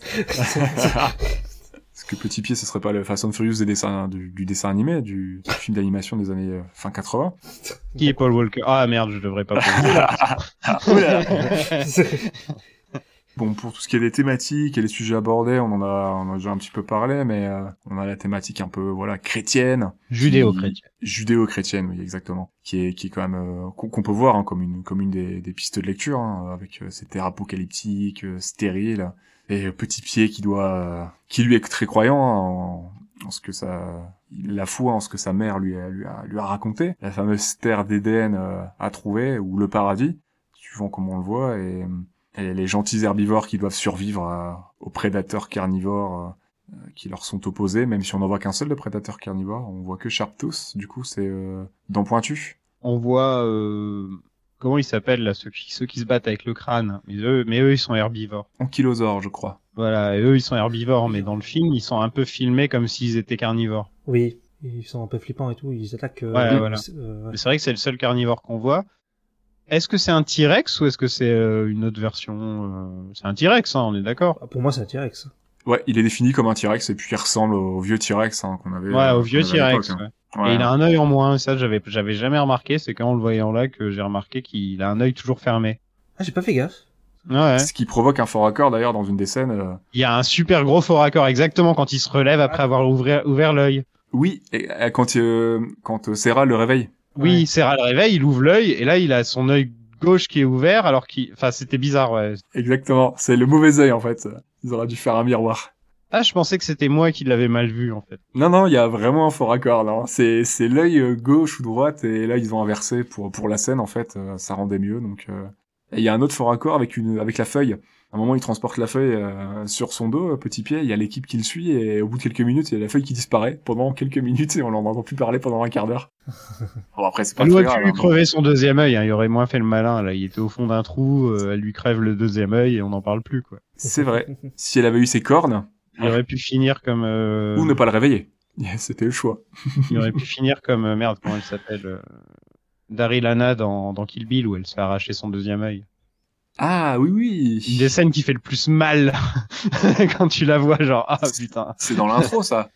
Parce que Petit Pied, ce serait pas le Fast and Furious des dessins, du, du dessin animé, du, du film d'animation des années euh, fin 80. Qui est Paul Walker Ah merde, je devrais pas. poser. <laughs> Ah, oh Bon, pour tout ce qui est des thématiques et les sujets abordés, on en a, on en a déjà un petit peu parlé, mais euh, on a la thématique un peu voilà chrétienne, Judéo-chrétien. judéo-chrétienne, oui exactement, qui est qui est quand même euh, qu'on qu'on peut voir hein, comme une comme une des, des pistes de lecture hein, avec euh, ces terres apocalyptiques, euh, stériles et euh, petit pied qui doit euh, qui lui est très croyant en, en ce que ça la foi en ce que sa mère lui a, lui a lui a raconté, la fameuse terre d'Éden euh, à trouver ou le paradis suivant comment on le voit et euh, et les gentils herbivores qui doivent survivre à- aux prédateurs carnivores euh, euh, qui leur sont opposés, même si on n'en voit qu'un seul de prédateurs carnivores, on voit que Sharptooth, du coup c'est euh, dent pointu. On voit euh, comment ils s'appellent là, ceux qui, ceux qui se battent avec le crâne. Mais eux, mais eux, ils sont herbivores. Ankylosaure, je crois. Voilà, et eux, ils sont herbivores, mais dans le film, ils sont un peu filmés comme s'ils étaient carnivores. oui, ils sont un peu flippants et tout. Ils attaquent. euh, Ouais, euh, voilà. euh, Mais c'est vrai que c'est le seul carnivore qu'on voit. Est-ce que c'est un T-Rex ou est-ce que c'est euh, une autre version euh, C'est un T-Rex, hein, on est d'accord. Pour moi, c'est un T-Rex. Ouais, il est défini comme un T-Rex et puis il ressemble au vieux T-Rex hein, qu'on avait. Ouais, qu'on au vieux avait à T-Rex. l'époque, ouais. hein. Ouais. Et il a un œil en moins. Ça, j'avais, j'avais jamais remarqué. C'est quand en le voyant là que j'ai remarqué qu'il a un œil toujours fermé. Ah, j'ai pas fait gaffe. Ouais. Ce qui provoque un fort accord d'ailleurs dans une des scènes. euh, Il y a un super gros faux raccord exactement quand il se relève après avoir ouvert, ouvert l'œil. Oui, et, euh, quand euh, quand euh, Serra le réveille. Oui, Serra le réveil, il ouvre l'œil et là il a son œil gauche qui est ouvert alors qu'il, enfin c'était bizarre. Ouais. Exactement, c'est le mauvais œil en fait. Ils auraient dû faire un miroir. Ah, je pensais que c'était moi qui l'avais mal vu en fait. Non, non, il y a vraiment un faux raccord là. hein. C'est, c'est l'œil euh, gauche ou droite et là ils ont inversé pour pour la scène en fait. euh, ça rendait mieux donc. euh. Et il y a un autre faux raccord avec une avec la feuille. À un moment, il transporte la feuille euh, sur son dos, euh, petit pied. Il y a l'équipe qui le suit et au bout de quelques minutes, il y a la feuille qui disparaît pendant quelques minutes et on n'en entend plus parler pendant un quart d'heure. Bon après, c'est pas Elle très aurait grave. pu lui hein. crever son deuxième œil, hein, il aurait moins fait le malin. Là, il était au fond d'un trou, euh, elle lui crève le deuxième œil et on n'en parle plus quoi. C'est <laughs> vrai. Si elle avait eu ses cornes Il aurait pu finir comme. euh, ou ne pas le réveiller, <laughs> c'était le choix. Il aurait pu finir comme euh, merde comment elle s'appelle. euh, Daryl dans, dans Kill Bill où elle se fait arracher son deuxième œil. Ah oui oui. Une des scènes qui fait le plus mal <laughs> quand tu la vois, genre ah putain. C'est dans l'intro ça.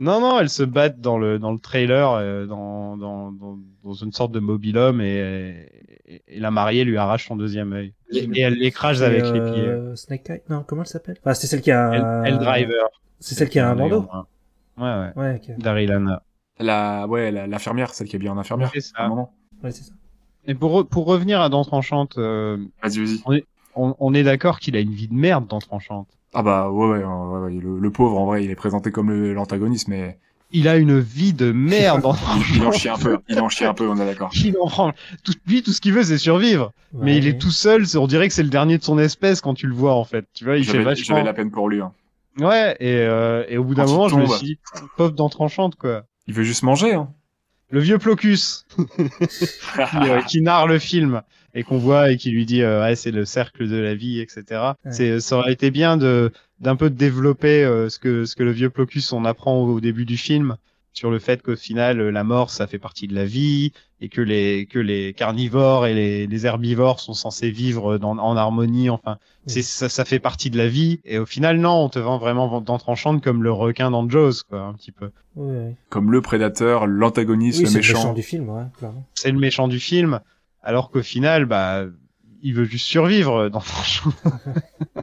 Non non, elles se battent dans le dans le trailer, euh, dans, dans dans dans une sorte de mobilhome et, et, et la mariée lui arrache son deuxième œil et, et elle l'écrase Et, avec les pieds. euh, Snake Eye. Non, comment elle s'appelle Enfin, c'est celle qui a. Elle, un- elle driver. C'est celle qui a un bandeau. Ouais ouais. Ouais, qui a- Daryl Hannah. La ouais la- l'infirmière, celle qui est bien en infirmière. C'est À un ça. moment. ouais, c'est ça. Et pour re- pour revenir à Dante Tranchante, euh, Vas-y vas-y. on, on est d'accord qu'il a une vie de merde Dante Tranchante. Ah bah ouais, ouais, ouais, ouais, le, le pauvre en vrai il est présenté comme le- l'antagoniste mais Il a une vie de merde Dante <laughs> il, il en Tranchante. chie un peu, il en chie un peu on est d'accord. Il en prend. Tout, lui, tout ce qu'il veut, c'est survivre. Mais Ouais. il est tout seul, c'est- on dirait que c'est le dernier de son espèce quand tu le vois en fait. Tu vois, il fait J'avais vachement. j'avais la peine pour lui. hein. Ouais, et, euh, et au bout d'un Quand il moment, je me tombe. suis dit, pauvre dans tranchante quoi. Il veut juste manger <laughs> hein. Le vieux Plocus qui, euh, qui narre le film et qu'on voit et qui lui dit euh, ouais, c'est le cercle de la vie, etc. Ouais. C'est euh, ça aurait été bien de d'un peu de développer euh, ce que ce que le vieux Plocus on apprend au, au début du film sur le fait qu'au final euh, la mort ça fait partie de la vie et que les que les carnivores et les, les herbivores sont censés vivre dans, en harmonie enfin c'est ça, ça fait partie de la vie et au final non on te vend vraiment dans Tranchante comme le requin dans Jaws quoi un petit peu Ouais, ouais. Comme le prédateur, l'antagoniste, Oui, le c'est le méchant méchant. du film, ouais, clairement. c'est le méchant du film alors qu'au final bah il veut juste survivre euh, dans <laughs> Tranchante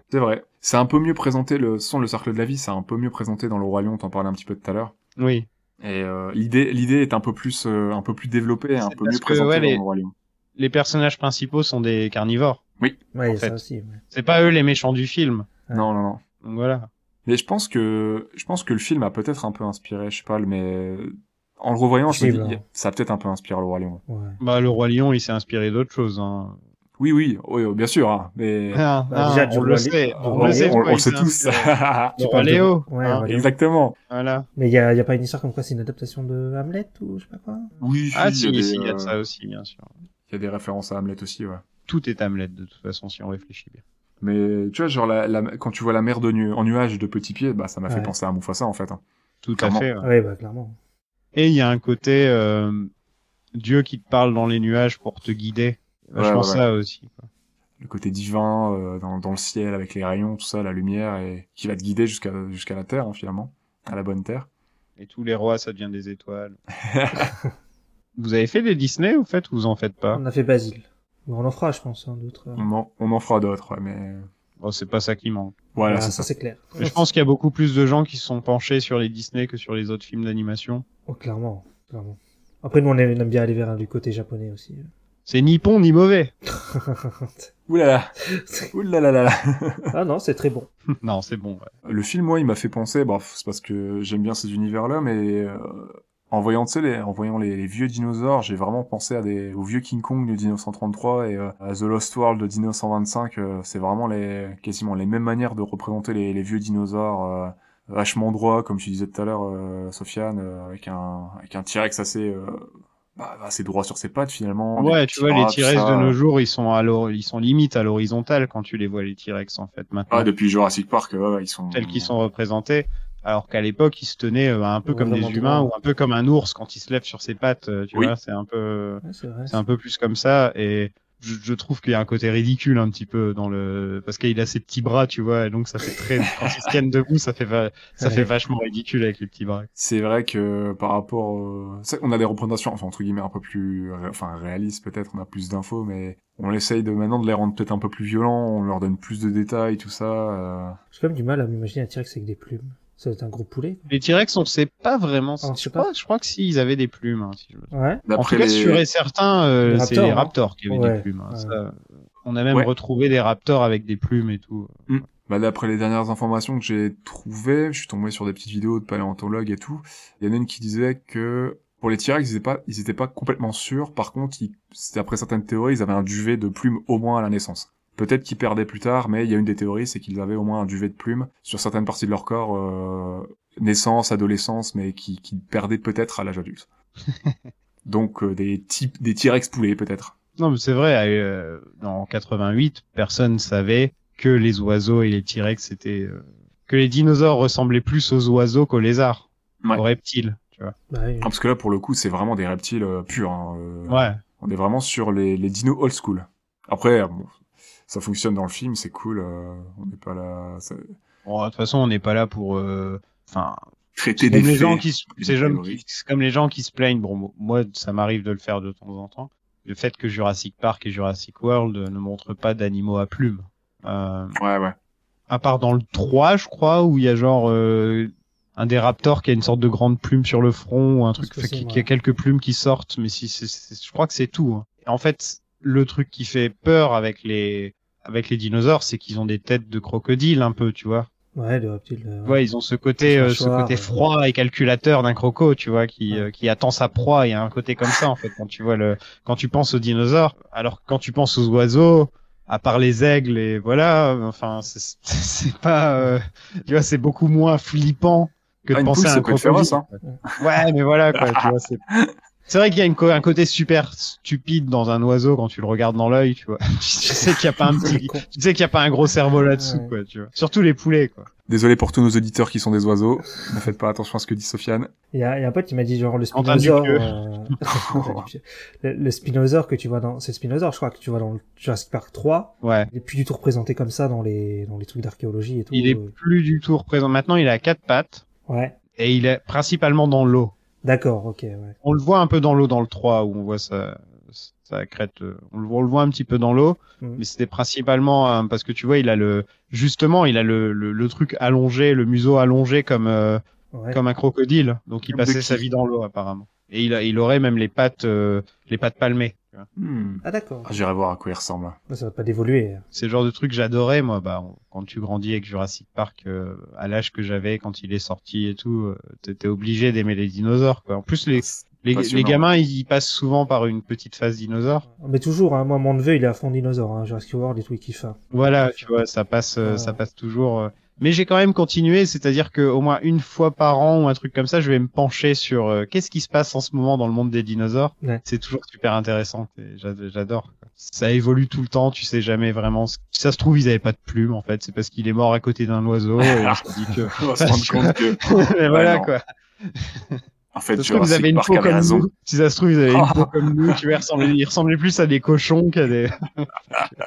C'est vrai. C'est un peu mieux présenté le son le cercle de la vie, c'est un peu mieux présenté dans le roi lion, t'en parlais un petit peu tout à l'heure. oui Et euh, l'idée l'idée est un peu plus euh, un peu plus développée, un C'est peu parce mieux que, présentée ouais, dans les- le roi lion. les personnages principaux sont des carnivores Ouais, il y a fait. ça aussi. ouais. c'est pas eux les méchants du film Ouais. Non non non. donc voilà Mais je pense que je pense que le film a peut-être un peu inspiré, je sais pas, mais en le revoyant, je me Possible, dis, hein. ça a peut-être un peu inspiré le roi lion. Ouais. bah le roi lion il s'est inspiré d'autres choses hein. Oui, oui, oui, oui, bien sûr, hein, mais Ah, Bah, ah, déjà, du on le Roi sait Lion- on, Roi le sait Lion, on, pourquoi on il le sait s'est <laughs> tous. inspiré. Tu Le roi parles de- Léo Ouais, hein. Roi Léo. Exactement. voilà Mais il y a, il y a pas une histoire comme quoi c'est une adaptation de Hamlet ou je sais pas quoi Oui, ah oui, si il y a si, des, il y a euh, de ça aussi bien sûr il y a des références à Hamlet aussi, ouais. tout est Hamlet de toute façon si on réfléchit bien. Mais tu vois, genre la, la- quand tu vois la mer de nu- en nuage de Petit Pied, bah ça m'a Ouais. fait penser à Mufasa en fait. hein. Tout Clairement. à fait. ouais. Ouais, bah, clairement. Et il y a un côté euh, Dieu qui te parle dans les nuages pour te guider. Vachement Ouais, ouais. ça aussi. quoi. Le côté divin euh, dans, dans le ciel avec les rayons, tout ça, la lumière et qui va te guider jusqu'à jusqu'à la terre hein, finalement, à la bonne terre. Et tous les rois, ça devient des étoiles. vous avez fait des Disney, au fait, ou vous en faites pas On a fait Basile. Bon, on en fera, je pense, hein, d'autres. euh. On en, on en fera d'autres, ouais, mais euh, Bon, Oh, c'est pas ça qui manque. voilà, Ah, c'est ça, ça. c'est clair. Mais je pense qu'il y a beaucoup plus de gens qui se sont penchés sur les Disney que sur les autres films d'animation. Oh, clairement, clairement. Après, nous, on aime on aime bien aller vers euh, du côté japonais aussi. C'est ni bon ni mauvais. <laughs> Ouh là là, ouh là là là là. <laughs> ah non, c'est très bon. non, c'est bon. ouais. Le film, moi, il m'a fait penser. Bon, c'est parce que j'aime bien ces univers-là, mais euh, en voyant, tu sais, les, en voyant les, les vieux dinosaures, j'ai vraiment pensé à des aux vieux King Kong de 1933 et euh, à The Lost World de 1925. euh, c'est vraiment les quasiment les mêmes manières de représenter les, les vieux dinosaures. euh, vachement droit comme tu disais tout à l'heure euh, Sofiane euh, avec un avec un T-Rex assez euh, bah, assez droit sur ses pattes finalement Ouais, des tu petits vois, bras, les tout T-Rex ça. de nos jours, ils sont, à l'hor- ils sont limite à l'horizontale quand tu les vois, les T-Rex, en fait, maintenant. ah, depuis Jurassic Park ouais, ouais, ils sont tels qu'ils sont représentés. Alors qu'à l'époque, ils se tenaient euh, un peu Ouais, comme des vraiment humains droit. ou un peu comme un ours quand il se lève sur ses pattes. euh, Tu Oui. vois, c'est un peu, euh, Ouais, c'est vrai. c'est un peu plus comme ça. Et je, je trouve qu'il y a un côté ridicule un petit peu dans le, parce qu'il a ses petits bras, tu vois, et donc ça fait très, quand il se tienne debout, ça fait, va- ça Ouais. fait vachement ridicule avec les petits bras. C'est vrai que par rapport, euh, c'est vrai qu'on a des représentations, enfin entre guillemets un peu plus, euh, enfin réalistes peut-être, on a plus d'infos, mais on essaye de maintenant de les rendre peut-être un peu plus violents, on leur donne plus de détails, tout ça. euh. J'ai quand même du mal à m'imaginer un T-Rex avec des plumes. Ça doit être un gros poulet. Les T-Rex, on sait pas vraiment. Ah, on je, sait crois, pas. je crois que s'ils avaient des plumes. hein, si je me Ouais. En D'après tout cas, sûr et certain, euh, Les c'est raptors, les hein. raptors qui avaient Ouais, des plumes. hein, ouais. ça, euh, on a même Ouais. retrouvé des raptors avec des plumes et tout. Bah, d'après les dernières informations que j'ai trouvées, je suis tombé sur des petites vidéos de paléontologues et tout. Il y en a une qui disait que pour les T-Rex, ils étaient pas, ils étaient pas complètement sûrs. Par contre, ils, c'est- d'après certaines théories, ils avaient un duvet de plumes au moins à la naissance. Peut-être qu'ils perdaient plus tard, mais il y a une des théories, c'est qu'ils avaient au moins un duvet de plumes sur certaines parties de leur corps, euh, naissance, adolescence, mais qui, qui perdaient peut-être à l'âge adulte. Donc euh, des types, des T-Rex poulets peut-être. Non, mais c'est vrai, euh, en 88, personne savait que les oiseaux et les T-Rex étaient... euh, que les dinosaures ressemblaient plus aux oiseaux qu'aux lézards, Ouais. aux reptiles, tu vois. Bah, oui. Ah, parce que là, pour le coup, c'est vraiment des reptiles euh, purs. hein, euh, Ouais. On est vraiment sur les, les dinos old school. Après, bon, ça fonctionne dans le film, c'est cool. euh, on n'est pas là. ça- Bon, de toute façon, on n'est pas là pour... euh, Enfin, Traiter c'est des comme les faits. gens qui se, des c'est comme- théories. c'est comme les gens qui se plaignent. Bon, mo- moi, ça m'arrive de le faire de temps en temps. Le fait que Jurassic Park et Jurassic World ne montrent pas d'animaux à plumes. Euh, Ouais, ouais. à part dans le 3, je crois, où il y a genre euh, un des raptors qui a une sorte de grande plume sur le front, ou un truc possible, qui, ouais. qui a quelques plumes qui sortent, mais si, c'est- c'est- je crois que c'est tout. hein. En fait, le truc qui fait peur avec les avec les dinosaures, c'est qu'ils ont des têtes de crocodile un peu, tu vois. Ouais, de reptiles. euh, Ouais, ils ont ce côté Sur euh, le ce mâchoire, côté ouais. froid et calculateur d'un croco, tu vois, qui Ouais. euh, qui attend sa proie. Il y a un côté comme ça en fait quand tu vois le quand tu penses aux dinosaures. Alors que quand tu penses aux oiseaux, à part les aigles et voilà, euh, enfin c'est- c'est c'est pas euh, tu vois, c'est beaucoup moins flippant que Ah, de une penser poule, à un ça peut être crocodile. féroce, hein. Ouais, mais voilà quoi, tu <laughs> vois, c'est c'est vrai qu'il y a une co- un côté super stupide dans un oiseau quand tu le regardes dans l'œil, tu vois. <laughs> tu sais qu'il y a pas <laughs> un petit, con. tu sais qu'il y a pas un gros cerveau là-dessous, Ouais. quoi, tu vois. Surtout les poulets, quoi. Désolé pour tous nos auditeurs qui sont des oiseaux. ne faites pas attention à ce que dit Sofiane. Il y, a, il y a un pote qui m'a dit genre le Quentin spinosaure. Dupieux. euh, <laughs> le, le spinosaure que tu vois dans. C'est le spinosaure, je crois, que tu vois dans le Jurassic Park 3. Ouais. Il est plus du tout représenté comme ça dans les, dans les trucs d'archéologie et tout. Il est euh. plus du tout présent. Maintenant, il a quatre pattes Ouais. et il est principalement dans l'eau. D'accord, ok, ouais. On le voit un peu dans l'eau dans le 3 où on voit sa, sa crête. euh, On le, voit- on le voit un petit peu dans l'eau, Mhm. mais c'était principalement euh, parce que tu vois, il a le justement, il a le, le, le truc allongé, le museau allongé comme euh, ouais. comme un crocodile. Donc il Comme passait Bucky. sa vie dans l'eau apparemment. Et il, a, il aurait même les pattes euh, les pattes palmées. tu vois. Hmm. Ah, d'accord. Ah, J'irai voir à quoi il ressemble. Ça va pas d'évoluer. C'est le genre de truc que j'adorais moi. Bah on- quand tu grandis avec Jurassic Park euh, à l'âge que j'avais quand il est sorti et tout, euh, t'étais obligé d'aimer les dinosaures quoi. En plus les Les, les Passionnant. gamins, ils passent souvent par une petite phase dinosaure. Mais toujours, hein, moi, mon neveu, il est à fond dinosaure. Hein, Jurassic World et tout, il kiffe. hein. Voilà, tu vois, ça passe, euh, Ouais. ça passe toujours. euh. Mais j'ai quand même continué, c'est-à-dire que au moins une fois par an ou un truc comme ça, je vais me pencher sur euh, qu'est-ce qui se passe en ce moment dans le monde des dinosaures. Ouais. C'est toujours super intéressant, et j'a- j'adore. quoi. Ça évolue tout le temps, tu sais jamais vraiment. ce- Si ça se trouve, ils avaient pas de plume en fait, c'est parce qu'il est mort à côté d'un oiseau. et je me dis <laughs> <laughs> que- <laughs> On va se rendre compte que, Mais voilà non. quoi. en fait, Ça se trouve, vous Jurassic avez une Park peau avait comme raison. nous. Si ça se trouve, vous <laughs> avez une peau comme nous. Tu vois, ils ressemblaient, ils ressemblaient plus à des cochons qu'à des. <laughs>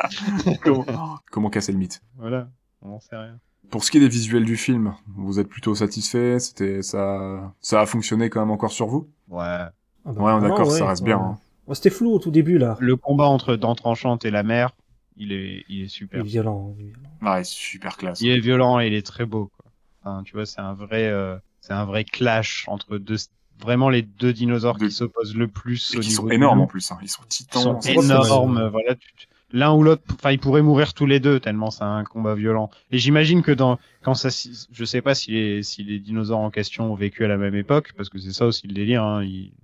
Comment- Comment casser le mythe Voilà, on n'en sait rien. Pour ce qui est des visuels du film, vous êtes plutôt satisfait C'était ça, ça a fonctionné quand même encore sur vous Ouais. Ah bah, Ouais, on vraiment, est d'accord, ouais, ça reste ouais. bien. hein. Ouais, C'était flou au tout début, là. Le combat entre Dante Tranchante et la mer, il est, il est Il est super. violent. hein, il est violent. Ouais, super classe. Il est violent et il est très beau. Quoi. Enfin, tu vois, c'est un vrai, euh, c'est un vrai clash entre deux, vraiment les deux dinosaures Deux. qui s'opposent le plus. Et au qui niveau sont du énormes en loup. plus. hein. Ils sont Ils titans. sont c'est- énormes. euh, Voilà, tu- tu- l'un ou l'autre, enfin, ils pourraient mourir tous les deux tellement c'est un combat violent. Et j'imagine que dans, quand ça, s'y- je sais pas si les, si les dinosaures en question ont vécu à la même époque, parce que c'est ça aussi le délire. Hein, ils-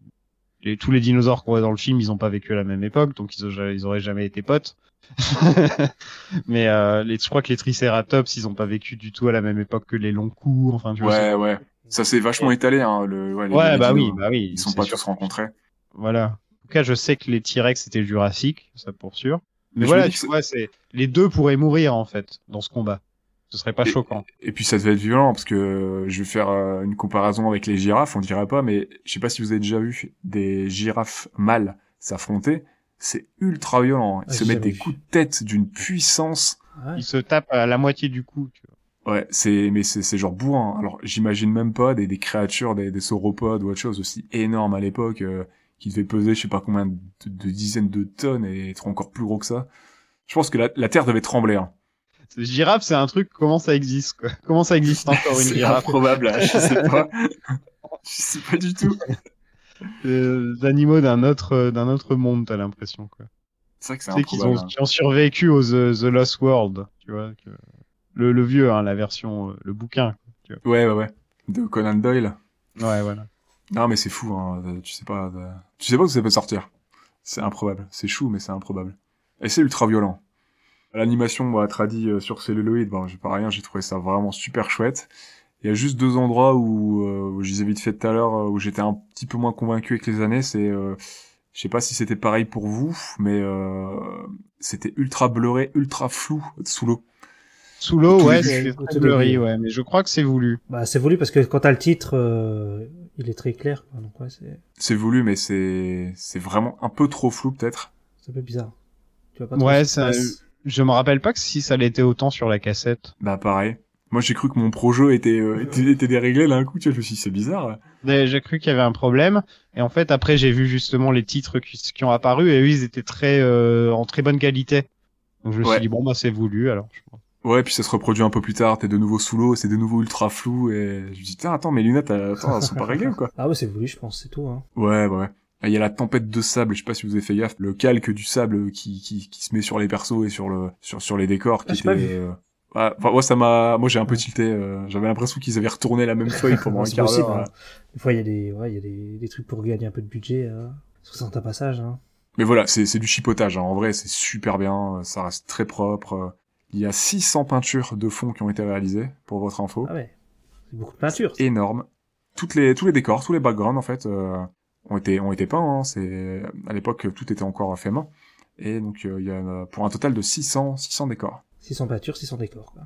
les- tous les dinosaures qu'on voit dans le film, ils ont pas vécu à la même époque, donc ils, ont ja- ils auraient jamais été potes. <laughs> Mais euh, les, je crois que les Triceratops, ils ont pas vécu du tout à la même époque que les longs coups. Enfin, tu vois. Ouais, ouais. Ça s'est vachement étalé. Hein, le... ouais, c'est- les- Ouais, les bah dinos, oui, bah oui. Ils sont c'est pas sûr. tous rencontrés. Voilà. En tout cas, je sais que les T-Rex c'était Jurassique, ça pour sûr. Mais je Mais, me voilà, dis que tu c'est- vois, c'est les deux pourraient mourir en fait dans ce combat. Ce serait pas Et- choquant. Et puis ça devait être violent parce que euh, je vais faire euh, une comparaison avec les girafes, on dirait pas, mais je sais pas si vous avez déjà vu des girafes mâles s'affronter, c'est ultra violent. hein. Ils Ah, se j'ai mettent jamais des vu. coups de tête d'une puissance. Ouais. Ils se tapent à la moitié du coup. Tu vois. Ouais, c'est mais c'est c'est genre bourrin. Alors j'imagine même pas des, des créatures, des, des sauropodes ou autre chose aussi énormes à l'époque euh, qui devaient peser je sais pas combien de, de dizaines de tonnes et être encore plus gros que ça. Je pense que la, la terre devait trembler. Hein. Ces girafes, c'est un truc. Comment ça existe quoi Comment <laughs> ça existe encore une C'est girafe improbable, hein, je sais <laughs> pas. je sais pas du tout. Euh, Des animaux d'un autre euh, d'un autre monde, t'as l'impression quoi. C'est vrai que c'est Tu sais qu'ils improbable. hein. ont, qui ont survécu aux The, The Lost World. Tu vois que le, le vieux, hein, la version, euh, le bouquin. hein. Ouais, ouais, ouais. De Conan Doyle. Ouais, voilà. Non, mais c'est fou, hein. euh, Tu sais pas, euh, tu sais pas où ça peut sortir. C'est improbable. C'est chou, mais c'est improbable. Et c'est ultra violent. L'animation, moi, tradie euh, sur celluloid, bon, j'ai pas rien, j'ai trouvé ça vraiment super chouette. Il y a juste deux endroits où, euh, où je les ai vite fait tout à l'heure, euh, où j'étais un petit peu moins convaincu avec les années, c'est, euh, je sais pas si c'était pareil pour vous, mais euh, c'était ultra bleuré, ultra flou sous l'eau. Sous l'eau, Tout ouais, le- c'est tout très le- fleuri, ouais, mais je crois que c'est voulu. Bah, c'est voulu parce que quand t'as le titre, euh, il est très clair. quoi. Donc, ouais, c'est C'est voulu, mais c'est, c'est vraiment un peu trop flou peut-être. c'est un peu bizarre. Tu vois pas trop ce Ouais, qui se ça- passe. Je me rappelle pas que si ça l'était autant sur la cassette. Bah pareil. Moi j'ai cru que mon projet était, euh, était, était déréglé d'un coup, tu vois, je me suis dit c'est bizarre. Mais J'ai cru qu'il y avait un problème et en fait après j'ai vu justement les titres qui, qui ont apparu et eux ils étaient très euh, en très bonne qualité. Donc je me Ouais. suis dit bon bah c'est voulu alors. Je pense. Ouais, puis ça se reproduit un peu plus tard, t'es de nouveau sous l'eau, c'est de nouveau ultra flou, et je me dis, tiens, attends, mes lunettes, euh, attends, elles sont pas réglées <laughs> ou quoi Ah ouais, c'est voulu, je pense, c'est tout. Hein. Ouais, ouais, ouais. Et Il y a la tempête de sable, je sais pas si vous avez fait gaffe, le calque du sable qui, qui, qui se met sur les persos et sur le sur, sur les décors. Ah, Qui j'ai pas était, vu. euh, ouais, enfin, moi ça m'a, moi j'ai un peu tilté. euh, J'avais l'impression qu'ils avaient retourné la même feuille pendant <laughs> un c'est quart possible. d'heure. hein. euh. Des fois, il y a des, ouais, il y a des, des trucs pour gagner un peu de budget. Hein. 60 à passage. Hein. Mais voilà, c'est c'est du chipotage. hein. En vrai, c'est super bien. euh, Ça reste très propre. euh. Il y a 600 peintures de fond qui ont été réalisées, pour votre info. Ah ouais. C'est beaucoup de peinture. ça. Énorme. Toutes les, tous les décors, tous les backgrounds, en fait, euh, ont été, ont été peints. hein. C'est, à l'époque, tout était encore fait main. Et donc, euh, il y a euh, pour un total de 600, 600 décors. 600 peintures, 600 décors. Quoi.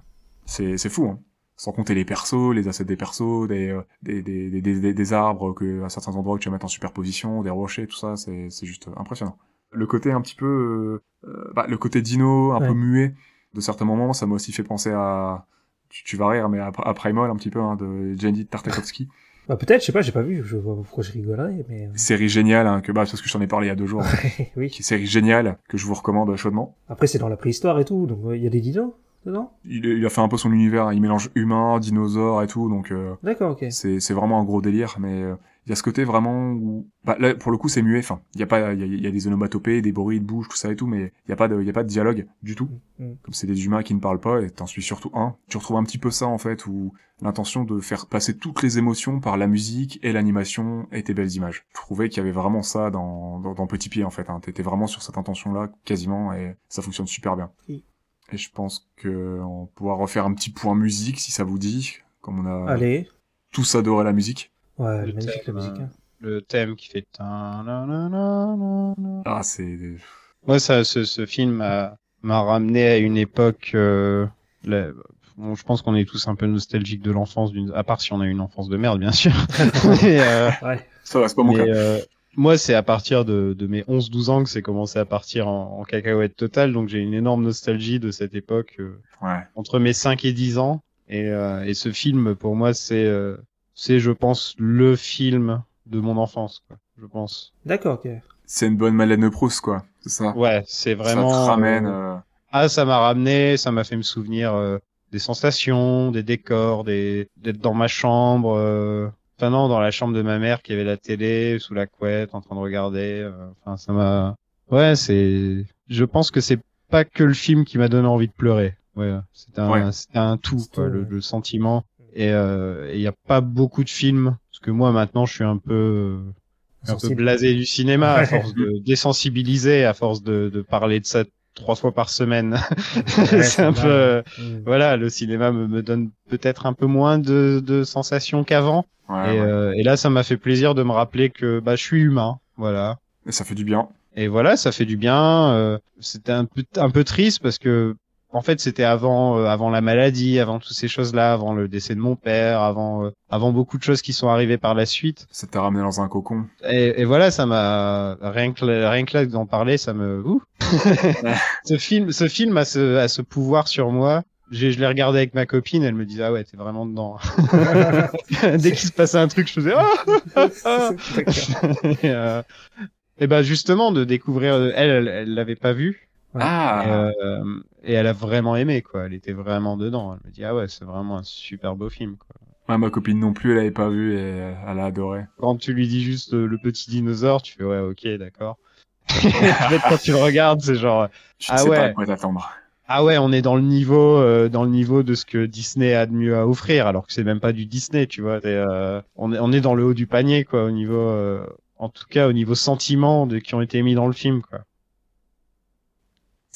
C'est c'est fou, hein. Sans compter les persos, les assets des persos, des, euh, des, des, des, des, des arbres que, à certains endroits que tu vas mettre en superposition, des rochers, tout ça, c'est c'est juste impressionnant. Le côté un petit peu... euh, euh, bah, le côté dino, un Ouais. peu muet, de certains moments, ça m'a aussi fait penser à... Tu, tu vas rire, mais à, à Primal, un petit peu, hein, de Jenny Tartakovsky. Bah, peut-être, je sais pas, j'ai pas vu. Je vois pas pourquoi je rigolerais, mais. <laughs> euh, série géniale, hein, que, bah, parce que je t'en ai parlé il y a deux jours. hein, oui. qui est série géniale, que je vous recommande chaudement. Après, c'est dans la préhistoire et tout, donc euh, il y a des dinos dedans. Il, il a fait un peu son univers, hein, il mélange humain, dinosaure et tout, donc... euh, D'accord, ok. C'est c'est vraiment un gros délire, mais euh, il y a ce côté vraiment où bah, là pour le coup c'est muet. Enfin, il y a pas, il y a, il y a des onomatopées, des bruits de bouche, tout ça et tout, mais il y a pas de, il y a pas de dialogue du tout. Mm. Comme c'est des humains qui ne parlent pas, et t'en suis surtout un. Tu retrouves un petit peu ça en fait, où l'intention de faire passer toutes les émotions par la musique et l'animation et tes belles images. Je trouvais qu'il y avait vraiment ça dans, dans, dans Petit Pied en fait. Hein. T'étais vraiment sur cette intention là quasiment, et ça fonctionne super bien. Oui. Et Et je pense que on pourra refaire un petit point musique si ça vous dit, comme on a Allez. tous adoré la musique. Ouais, le magnifique la thème, musique. hein. Le thème qui fait. Moi, Ah, c'est ça, ce, ce film m'a m'a ramené à une époque. euh, la- bon, je pense qu'on est tous un peu nostalgiques de l'enfance, d'une- à part si on a une enfance de merde, bien sûr. <laughs> Mais, euh, Ouais. ça va, c'est pas mon Mais, cas. euh, moi, c'est à partir de, de mes 11-12 ans que c'est commencé à partir en, en cacahuète totale, donc j'ai une énorme nostalgie de cette époque, euh, Ouais. entre mes 5 et 10 ans. Et, euh, et ce film, pour moi, c'est, euh, c'est, je pense, le film de mon enfance, quoi, je pense. D'accord, ok. C'est une bonne Madeleine de Proust, quoi. C'est Ah. ça. Ouais, c'est vraiment... ça te ramène. euh, euh, ah, ça m'a ramené, ça m'a fait me souvenir euh, des sensations, des décors, des d'être dans ma chambre, euh... enfin non, dans la chambre de ma mère qui avait la télé sous la couette en train de regarder. euh, Enfin, ça m'a. Ouais, c'est. Je pense que c'est pas que le film qui m'a donné envie de pleurer. Ouais, c'est un, Ouais. c'est un tout, C'est quoi, tout, le, ouais. le sentiment. Et il euh, et y a pas beaucoup de films parce que moi maintenant je suis un peu je suis un peu Sensible. blasé du cinéma à Ouais. force de désensibiliser, à force de, de parler de ça trois fois par semaine. <laughs> Ouais, <laughs> c'est un va. peu euh, Mm. voilà, le cinéma me, me donne peut-être un peu moins de, de sensations qu'avant. ouais, et, ouais. euh, et là, ça m'a fait plaisir de me rappeler que bah je suis humain, voilà. Et ça fait du bien. Et voilà, ça fait du bien. euh, c'était un peu un peu triste parce que en fait c'était avant euh, avant la maladie, avant toutes ces choses-là, avant le décès de mon père, avant euh, avant beaucoup de choses qui sont arrivées par la suite. Ça t'a ramené dans un cocon. Et, et voilà, ça m'a rien que rien que là d'en parler, ça me. Ouh. ce film, ce film a ce a ce pouvoir sur moi. J'ai, je l'ai regardé avec ma copine, elle me disait ah ouais t'es vraiment dedans. <laughs> Dès qu'il se passait un truc, je faisais ah. D'accord. Et, euh, et ben justement de découvrir, euh, elle, elle, elle l'avait pas vu Ouais. et, Ah, euh, et elle a vraiment aimé quoi. Elle était vraiment dedans. Elle me dit ah ouais c'est vraiment un super beau film quoi. Ouais, ma copine non plus, elle l'avait pas vu et euh, elle a adoré. Quand tu lui dis juste euh, le petit dinosaure, tu fais ouais ok d'accord. <laughs> en fait, quand tu le regardes, c'est genre Je Ah sais pas à ouais. quoi t'attendre. Ah ouais, on est dans le niveau, euh, dans le niveau de ce que Disney a de mieux à offrir, alors que c'est même pas du Disney, tu vois. t'es, euh, on est, on est dans le haut du panier, quoi, au niveau, euh, en tout cas, au niveau sentiments de, qui ont été mis dans le film, quoi.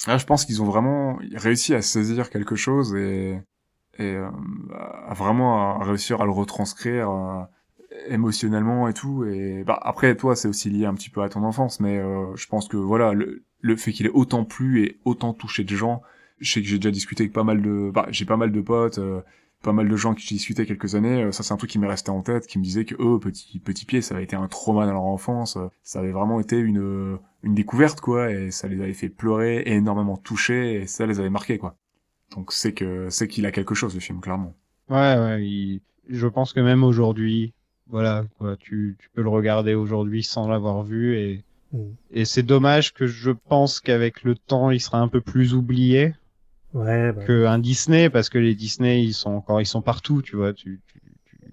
Là, Ah, je pense qu'ils ont vraiment réussi à saisir quelque chose et, et euh, à vraiment à réussir à le retranscrire euh, émotionnellement et tout. Et bah, après, toi, c'est aussi lié un petit peu à ton enfance, mais euh, je pense que voilà, le, le fait qu'il ait autant plu et autant touché de gens, je sais que j'ai déjà discuté avec pas mal de, bah, j'ai pas mal de potes. euh, pas mal de gens qui j'ai discuté il y a quelques années, euh, ça c'est un truc qui m'est resté en tête, qui me disait que eux, petit petit pied, ça avait été un trauma dans leur enfance, euh, ça avait vraiment été une euh, une découverte quoi et ça les avait fait pleurer et énormément toucher et ça les avait marqués quoi. Donc c'est que c'est qu'il a quelque chose le film clairement. Ouais, ouais. il- je pense que même aujourd'hui, voilà, quoi, tu, tu peux le regarder aujourd'hui sans l'avoir vu et, Mm. et c'est dommage que je pense qu'avec le temps, il sera un peu plus oublié. <laughs> Ouais, bah, que un Disney parce que les Disney ils sont encore ils sont partout tu vois tu, tu, tu-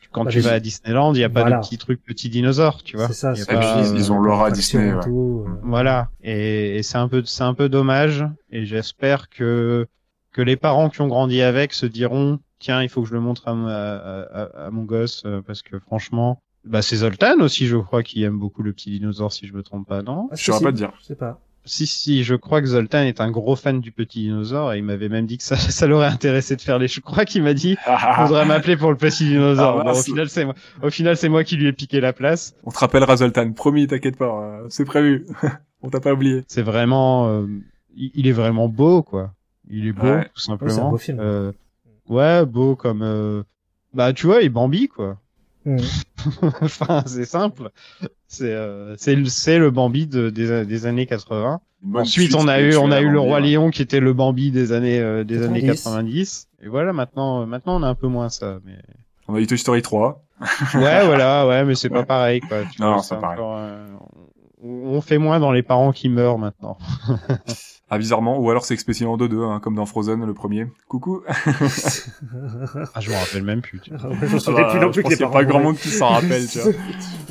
tu- quand Bah, tu les- vas à Disneyland il y a pas Voilà. de petit truc petit dinosaure tu vois c'est ça. Il y a c'est- Et pas, puis, ils- ils ont l'aura attraction Disney, et ouais. tout, euh, voilà et, et c'est un peu c'est un peu dommage et j'espère que que les parents qui ont grandi avec se diront tiens il faut que je le montre à, ma- à, à- à mon gosse euh, parce que franchement bah c'est Zoltan aussi je crois qui aime beaucoup le petit dinosaure si je me trompe pas non ah, Je c'est saurais pas te possible, dire. Je sais pas. Si, si, je crois que Zoltan est un gros fan du petit dinosaure et il m'avait même dit que ça, <laughs> ça l'aurait intéressé de faire les. Je crois qu'il m'a dit Ah, ah, faudrait m'appeler pour le petit dinosaure. Ah, Bon, au mince. final, c'est moi. Au final, c'est moi qui lui ai piqué la place. On te rappellera Zoltan, promis, t'inquiète pas, euh, c'est prévu. <laughs> On t'a pas oublié. C'est vraiment, euh, il il est vraiment beau, quoi. Il est beau, Ouais. tout Ouais, c'est un simplement. beau film. Euh, ouais, beau comme, euh, bah, tu vois, il Bambi, quoi. <laughs> <laughs> Mm. enfin, c'est simple. C'est, euh, c'est le, c'est le Bambi de- des, des années 80. Une bonne Ensuite, suite on a eu, spirituelle on a eu le avant de roi dire. lion qui était le Bambi des années, euh, des 90. années 90. Et voilà, maintenant, euh, maintenant, on a un peu moins ça. <laughs> Mais... On a eu Toy Story 3. Ouais, voilà, ouais, mais c'est Ouais. pas pareil, quoi. Tu Non, vois, non, c'est pas pareil. encore, euh, on on fait moins dans les parents qui meurent maintenant. Ah, bizarrement. Ou alors c'est expédié en 2-2, hein, comme dans Frozen, le premier. Coucou. Ah, je me rappelle même plus. tu vois. Ah ouais, je me Ah souviens bah, plus non plus je que pense les qu'il y a parents. pas grand mouraient. monde qui s'en rappelle, tu vois.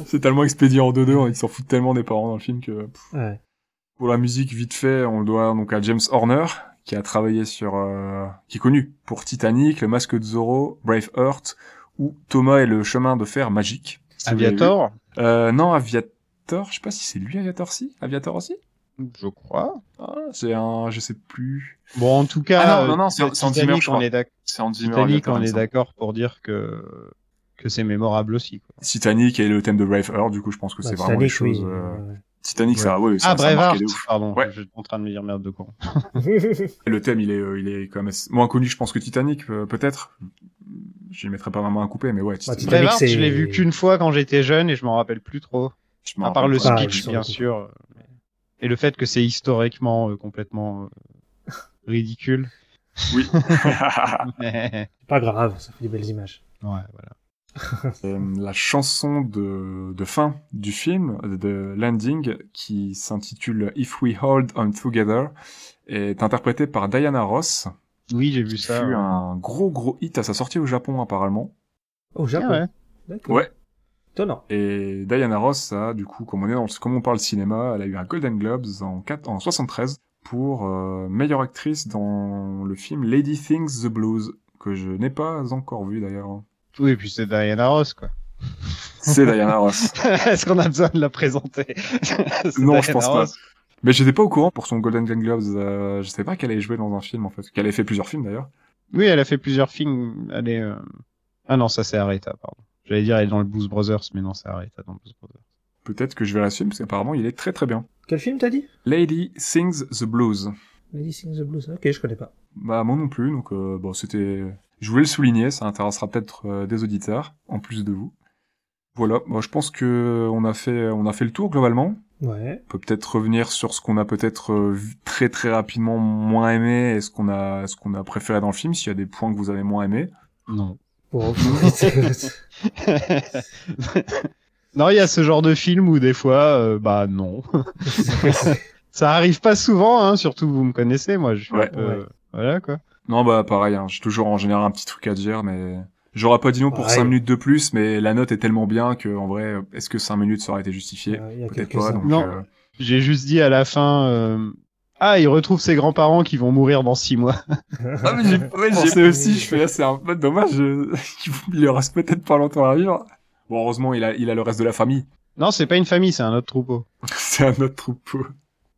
C'est tellement expédié en 2-2, hein, ils s'en foutent tellement des parents dans le film que... <laughs> Ouais. Pour la musique, vite fait, on le doit donc à James Horner, qui a travaillé sur, euh, qui est connu pour Titanic, Le Masque de Zorro, Braveheart ou Thomas et le Chemin de Fer Magique. Si Ah, vous l'avez vu. Aviator. euh, Non, Aviator. Je sais pas si c'est lui Aviator si. Aviator aussi. je crois. Ah, c'est un, je sais plus. Bon, en tout cas, Ah non, non, euh, non, c'est- Titanic, c'est Hans Zimmer, je on crois. est d'accord. C'est Hans Zimmer. Titanic, on est réalisateur. d'accord pour dire que que c'est mémorable aussi. Quoi. Titanic et le thème de Braveheart, du coup, je pense que Bah, c'est vraiment les Titanic, oui, choses. euh, euh, Titanic, ça, ouais, ça, ah, ça a Braveheart, marqué de ouf. pardon, Ouais. j'étais en train de me dire merde de con. euh. Le thème, il est, euh, il est quand même assez- moins connu, je pense, que Titanic, euh, peut-être. J'y mettrais pas vraiment à couper, mais ouais, Bah, Titanic. Titanic, Braveheart, je l'ai c'est- vu qu'une fois quand j'étais jeune et je m'en rappelle plus trop. je m'en À part le rappelle pas. speech, Ah, bien oui. sûr. Et le fait que c'est historiquement euh, complètement <laughs> euh, <laughs> ridicule. Oui. ouais, <laughs> Pas grave, ça fait des belles images. voilà. <laughs> Euh, la chanson de, de fin du film, de Landing, qui s'intitule If We Hold On Together, est interprétée par Diana Ross, Oui, j'ai vu qui ça. fut ouais. un gros gros hit à sa sortie au Japon apparemment. Oh, Au Ah Japon. ouais. D'accord. Ouais. Étonnant. Et Diana Ross, a, du coup, comme on, est dans le- comme on parle cinéma, elle a eu un Golden Globes en, 4, en 73 pour euh, meilleure actrice dans le film Lady Things the Blues, que je n'ai pas encore vu <laughs> d'ailleurs. Oui, et puis c'est Diana Ross, quoi. <laughs> C'est Diana Ross. Est-ce qu'on a besoin de la présenter <laughs> C'est Non, Diana je pense pas. Ross. Mais j'étais pas au courant pour son Golden Globes. Euh, je sais pas qu'elle ait joué dans un film en fait. Qu'elle ait fait plusieurs films d'ailleurs. Oui, elle a fait plusieurs films. Elle est. euh, Ah non, ça c'est Aretha, pardon. J'allais dire elle est dans le Blues Brothers, mais non, c'est Aretha dans le Blues Brothers. Peut-être que je verrai ce film parce qu'apparemment il est très très bien. Quel film t'as dit Lady Sings the Blues. Lady Sings the Blues. Ok, je connais pas. Bah moi non plus. Donc euh, bon c'était. Je voulais le souligner. Ça intéressera peut-être euh, des auditeurs en plus de vous. Voilà. Moi je pense que on a fait on a fait le tour globalement. Ouais. On peut peut-être revenir sur ce qu'on a peut-être euh, vu très très rapidement moins aimé et ce qu'on a ce qu'on a préféré dans le film. S'il y a des points que vous avez moins aimé. Non. Bon. <laughs> <laughs> non, il y a ce genre de film où des fois, euh, bah non. ça arrive pas souvent, hein, surtout vous me connaissez, moi je suis Ouais. un peu. Voilà quoi. Non, bah pareil, hein. j'ai toujours en général un petit truc à dire, mais j'aurais pas dit non pour Pareil. cinq minutes de plus, mais la note est tellement bien que en vrai, est-ce que cinq minutes ça aurait été Il justifié y a Peut-être quelques pas. uns. Donc, Non. euh, J'ai juste dit à la fin. euh, Ah, il retrouve ses grands-parents qui vont mourir dans six mois. <laughs> Ah mais j'ai ouais, j'y ai pensé aussi, je fais là c'est un peu dommage, euh, <laughs> il leur reste peut-être pas longtemps à vivre. Bon heureusement il a il a le reste de la famille, <laughs> Non, c'est pas une famille, c'est un autre troupeau. c'est un autre troupeau.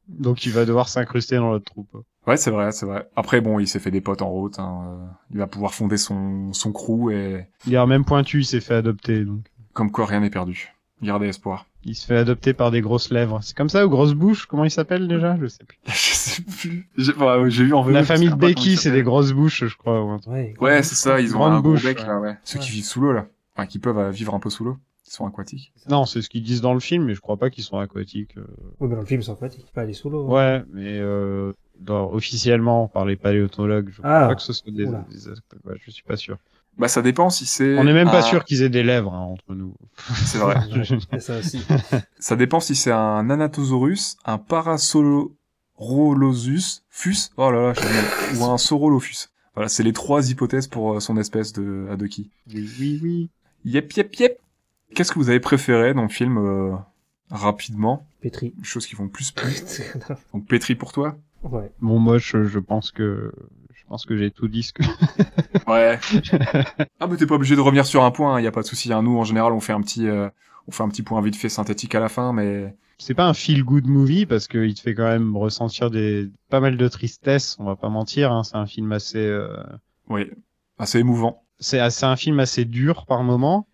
Donc il va devoir s'incruster dans l'autre troupeau. Ouais c'est vrai c'est vrai. Après bon il s'est fait des potes en route, hein, euh, il va pouvoir fonder son son crew et Il est même pointu, il s'est fait adopter, donc. comme quoi rien n'est perdu. Gardez espoir. <laughs> Il se fait adopter par des grosses lèvres. C'est comme ça ou grosses bouches Comment il s'appelle déjà Je sais plus. je sais plus. J'ai enfin, j'ai vu en VO, La je sais famille pas comment il Becky, c'est s'appelle. des grosses bouches, je crois. ou un truc. euh, Ouais. Ouais, c'est ça, ils ont Grande un gros bouche, bec, ouais. là, ouais. Ceux qui Ouais. vivent sous l'eau, là. Enfin, qui peuvent euh, vivre un peu sous l'eau. Ils sont aquatiques. Non, c'est ce qu'ils disent dans le film, mais je crois pas qu'ils sont aquatiques. euh. Oui, mais dans le film, c'est pratique. Pas aller sous l'eau. hein. Ouais, mais euh, dans- officiellement par les paléontologues, je Ah. crois pas que ce soit des, Oula. des aquatiques, ouais, je suis pas sûr. Bah, ça dépend si c'est... On n'est même pas un- sûr qu'ils aient des lèvres hein, entre nous. <laughs> C'est vrai. hein. Ouais, c'est <laughs> ça aussi. ça dépend si c'est un Anatosaurus, un Parasaurolophus, fus, oh là là, je sais pas, ou un Saurolophus. Voilà, c'est les trois hypothèses pour euh, son espèce de à Ducky. Oui, oui, oui. Yep, yep, yep. Qu'est-ce que vous avez préféré dans le film euh, rapidement Pétri. <laughs> Une chose qui vont plus plus. Donc Pétri pour toi ouais. Bon, moi, je, je pense que je pense que j'ai tout dit ce que. <laughs> Ouais. ah mais t'es pas obligé de revenir sur un point, il y a pas de souci. hein. Nous en général on fait un petit, euh, on fait un petit point vite fait synthétique à la fin, mais c'est pas un feel good movie parce qu'il te fait quand même ressentir des pas mal de tristesse. On va pas mentir, hein, c'est un film assez, euh, oui, assez émouvant. c'est assez un film assez dur par moment.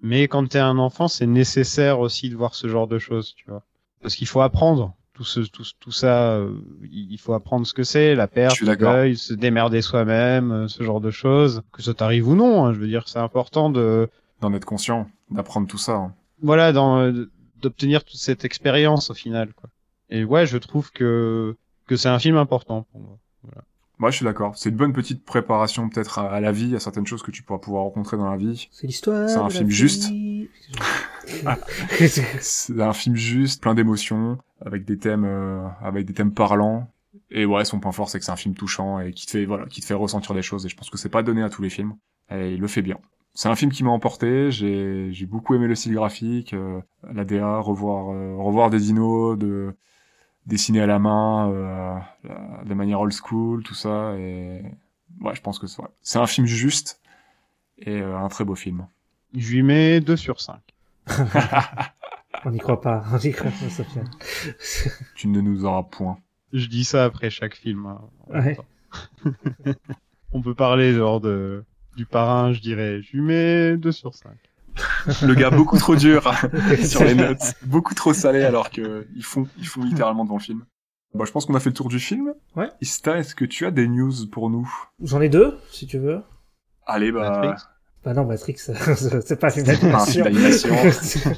Mais quand t'es un enfant, c'est nécessaire aussi de voir ce genre de choses, tu vois, parce qu'il faut apprendre tout ce tout, ce- tout ça. euh, il il faut apprendre ce que c'est la Je perte, suis d'accord. deuil, se démerder soi-même, euh, ce genre de choses. Que ça t'arrive ou non, hein, je veux dire, c'est important de D'en être conscient, d'apprendre tout ça. hein. voilà, dans, euh, d'obtenir toute cette expérience au final, quoi. Et ouais, je trouve que, que c'est un film important pour moi. Moi je suis d'accord. C'est une bonne petite préparation peut-être à, à la vie, à certaines choses que tu pourras pouvoir rencontrer dans la vie. C'est l'histoire. C'est un de la film vie. juste. Ah. C'est un film juste, plein d'émotions, avec des thèmes, euh, avec des thèmes parlants. Et ouais, son point fort c'est que c'est un film touchant et qui te fait voilà, qui te fait ressentir des choses. Et je pense que c'est pas donné à tous les films. Et il le fait bien. C'est un film qui m'a emporté. J'ai j'ai beaucoup aimé le style graphique, euh, la DA, revoir euh, revoir des dinos, de dessiner à la main, euh, la- de manière old school, tout ça. Et ouais, je pense que c'est ouais. c'est un film juste et euh, un très beau film. Je lui mets 2 sur 5. On n'y croit pas, on n'y croit pas, Sofiane. Tu ne nous auras point. Je dis ça après chaque film. hein, en même Ouais. temps. <laughs> On peut parler genre de du parrain, je dirais, je lui mets 2 sur 5. Le gars beaucoup trop dur <laughs> <laughs> sur les notes, beaucoup trop salé alors que ils font, ils font littéralement devant le film. Bah, je pense qu'on a fait le tour du film. Ouais. Ista, est-ce que tu as des news pour nous J'en ai deux, si tu veux. Allez, bah, Matrix. Bah non, Matrix, <laughs> c'est pas une pas un animation. film d'animation. <laughs>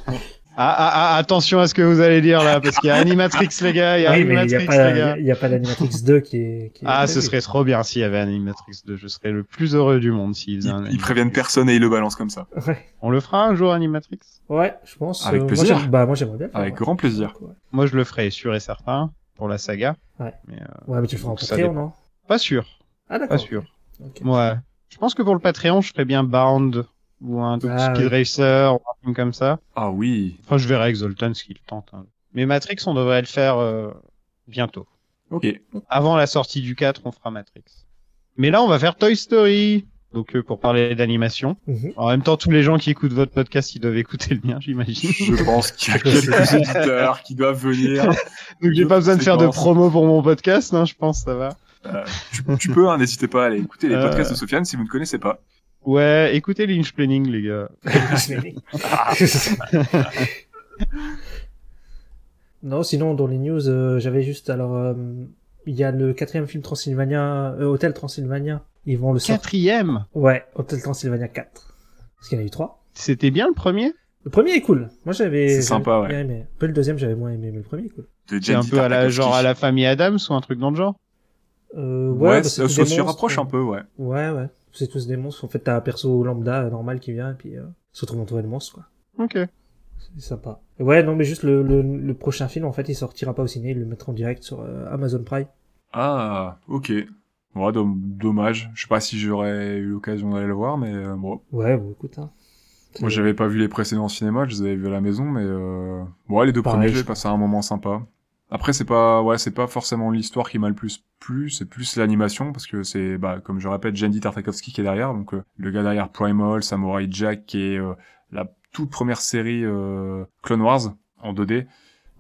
Ah, ah, ah, attention à ce que vous allez dire là, parce qu'il y a Animatrix les gars, il y a oui, mais il n'y Animatrix a pas, les gars. il y a pas d'Animatrix 2 qui est, qui est Ah, ce prévu. serait trop bien s'il y avait Animatrix 2, je serais le plus heureux du monde s'ils faisaient un Ils, ils Animatrix. préviennent personne et ils le balancent comme ça. Ouais, On le fera un jour Animatrix ouais, je pense. Avec euh, moi, plaisir. j'aime- bah, moi, j'aimerais bien. le faire, Avec ouais. grand plaisir. Ouais. Moi je le ferai sûr et certain pour la saga. Ouais, mais tu le feras en Ça Patreon, dépend. non Pas sûr, Ah, pas d'accord. sûr. ok. <laughs> Ouais. Je pense que pour le Patreon, je ferais bien Bound ou un truc Ah, Speed Racer ou un film comme ça. Ah oui. Enfin, je verrai avec Zoltan ce qu'il tente. hein. Mais Matrix, on devrait le faire euh, bientôt. Ok. Avant la sortie du 4, on fera Matrix. Mais là, on va faire Toy Story. Donc, euh, pour parler d'animation. Mhm. En même temps, tous les gens qui écoutent votre podcast, ils doivent écouter le mien, <laughs> j'imagine. Je pense qu'il <laughs> y a quelques auditeurs qui doivent venir. Donc, j'ai pas besoin de faire de promo pour mon podcast, hein, je pense, ça va. Tu, tu peux, hein, n'hésitez pas à aller écouter les Euh. podcasts de Sofiane si vous ne connaissez pas. Ouais, écoutez Lynch Planning, les gars. <laughs> non, sinon, dans les news, euh, j'avais juste. Alors, euh, il y a le quatrième film Transylvania, euh, Hôtel Transylvania. Ils vont le sortir. Quatrième. Ouais, Hôtel Transylvania 4. Parce qu'il y en a eu 3. C'était bien le premier? Le premier est cool. Moi, j'avais. C'est j'avais sympa, ouais. bien aimé. Peu le deuxième, j'avais moins aimé, mais le premier est cool. De C'est un Jenny peu à la, Tartakovsky. genre à la famille Adams ou un truc dans le genre? Euh, Ouais, ouais, bah, c'est ça, tous ça des se monstres. rapproche un peu, ouais. Ouais, ouais. C'est tous des monstres. En fait, t'as un perso lambda euh, normal qui vient et puis euh, se retrouve entouré de monstres, quoi. Ok. C'est sympa. Ouais, non, mais juste le, le, le prochain film, en fait, il sortira pas au ciné, ils le mettront en direct sur euh, Amazon Prime. Ah, ok. Ouais, dom- dommage. Je sais pas si j'aurais eu l'occasion d'aller le voir, mais euh, bon. Ouais, bon, écoute, hein. Moi, j'avais pas vu les précédents au cinéma, je les avais vus à la maison, mais euh... bon, ouais, les deux Pareil, premiers, je- j'ai passé un moment sympa. Après, c'est pas, ouais, c'est pas forcément l'histoire qui m'a le plus plu, c'est plus l'animation, parce que c'est, bah, comme je répète, Jandy Tartakovsky qui est derrière, donc euh, le gars derrière Primal, Samurai Jack, qui est euh, la toute première série euh, Clone Wars en 2D.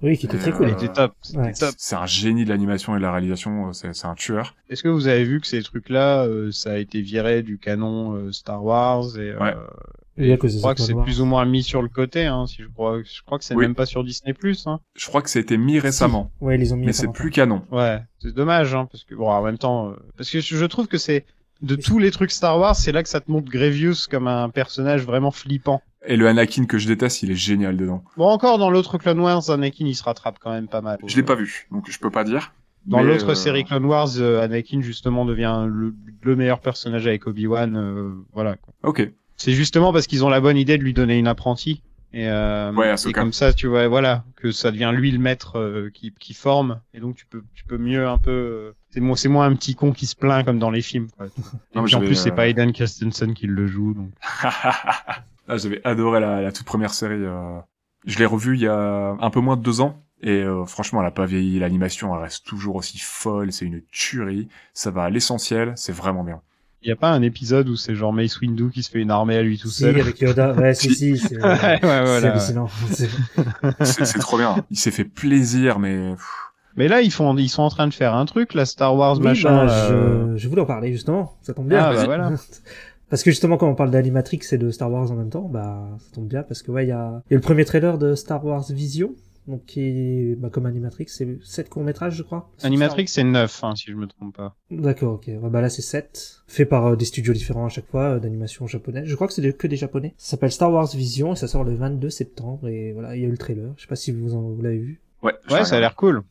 Oui, qui était très Euh, cool. Il était top. C'était Ouais. top. C'est un génie de l'animation et de la réalisation, euh, c'est c'est un tueur. Est-ce que vous avez vu que ces trucs-là, euh, ça a été viré du canon euh, Star Wars et euh, Ouais. Il y a que je des crois que étoiles c'est noires. plus ou moins mis sur le côté. Hein, si je crois, je crois que c'est Oui. même pas sur Disney Hein. Je crois que ça a été mis récemment, Ouais, ils les ont mis. mais ça c'est dans- plus canon. Ouais, c'est dommage hein, parce que bon, en même temps, euh, parce que je je trouve que c'est de Mais tous les trucs Star Wars, c'est là que ça te montre Grievous comme un personnage vraiment flippant. Et le Anakin que je déteste, il est génial dedans. Bon, encore dans l'autre Clone Wars, Anakin il se rattrape quand même pas mal. Je l'ai pas vu, donc je peux pas dire. Dans Mais, l'autre euh, série Clone Wars, euh, Anakin justement devient le, le meilleur personnage avec Obi-Wan. euh, voilà. quoi. Ok. C'est justement parce qu'ils ont la bonne idée de lui donner une apprentie. Et, euh, Ouais, et Ahsoka. comme ça, tu vois, voilà, que ça devient lui le maître euh, qui, qui forme. Et donc tu peux, tu peux mieux un peu. euh, C'est mo- c'est moins un petit con qui se plaint comme dans les films. <laughs> Quoi, tu vois. Non, mais et puis en j'avais, plus, c'est euh, pas Aiden Christensen qui le joue. Donc. Ah, j'avais adoré la, la toute première série. euh. Je l'ai revue il y a un peu moins de deux ans. Et euh, franchement, elle a pas vieilli. L'animation, elle reste toujours aussi folle. C'est une tuerie. Ça va à l'essentiel. C'est vraiment bien. Il y a pas un épisode où c'est genre Mace Windu qui se fait une armée à lui tout Si, seul. <laughs> avec Yoda. Ouais, si, si. C'est euh, ouais, ouais, c'est voilà. ouais. <laughs> hallucinant. C'est- C'est c'est trop bien. Il s'est fait plaisir, mais pff, Mais là, ils font, ils sont en train de faire un truc, là, Star Wars, Oui, machin. bah, là, euh, je... je voulais en parler, justement. Ça tombe bien. Ah, bah, Vas-y. voilà. <laughs> Parce que justement, quand on parle d'Animatrix et de Star Wars en même temps, bah, ça tombe bien parce que ouais, il y a, il y a le premier trailer de Star Wars Vision, donc qui est, bah, comme Animatrix, c'est sept courts métrages, je crois. Animatrix, c'est neuf, hein, si je me trompe pas. D'accord, ok. Ouais, bah là, c'est 7. Fait par euh, des studios différents à chaque fois, euh, d'animation japonaise. Je crois que c'est des- que des japonais. Ça s'appelle Star Wars Vision et ça sort le 22 septembre. Et voilà, il y a eu le trailer. Je sais pas si vous, en, vous l'avez vu. ouais. je Ouais, vais ça a l'air cool.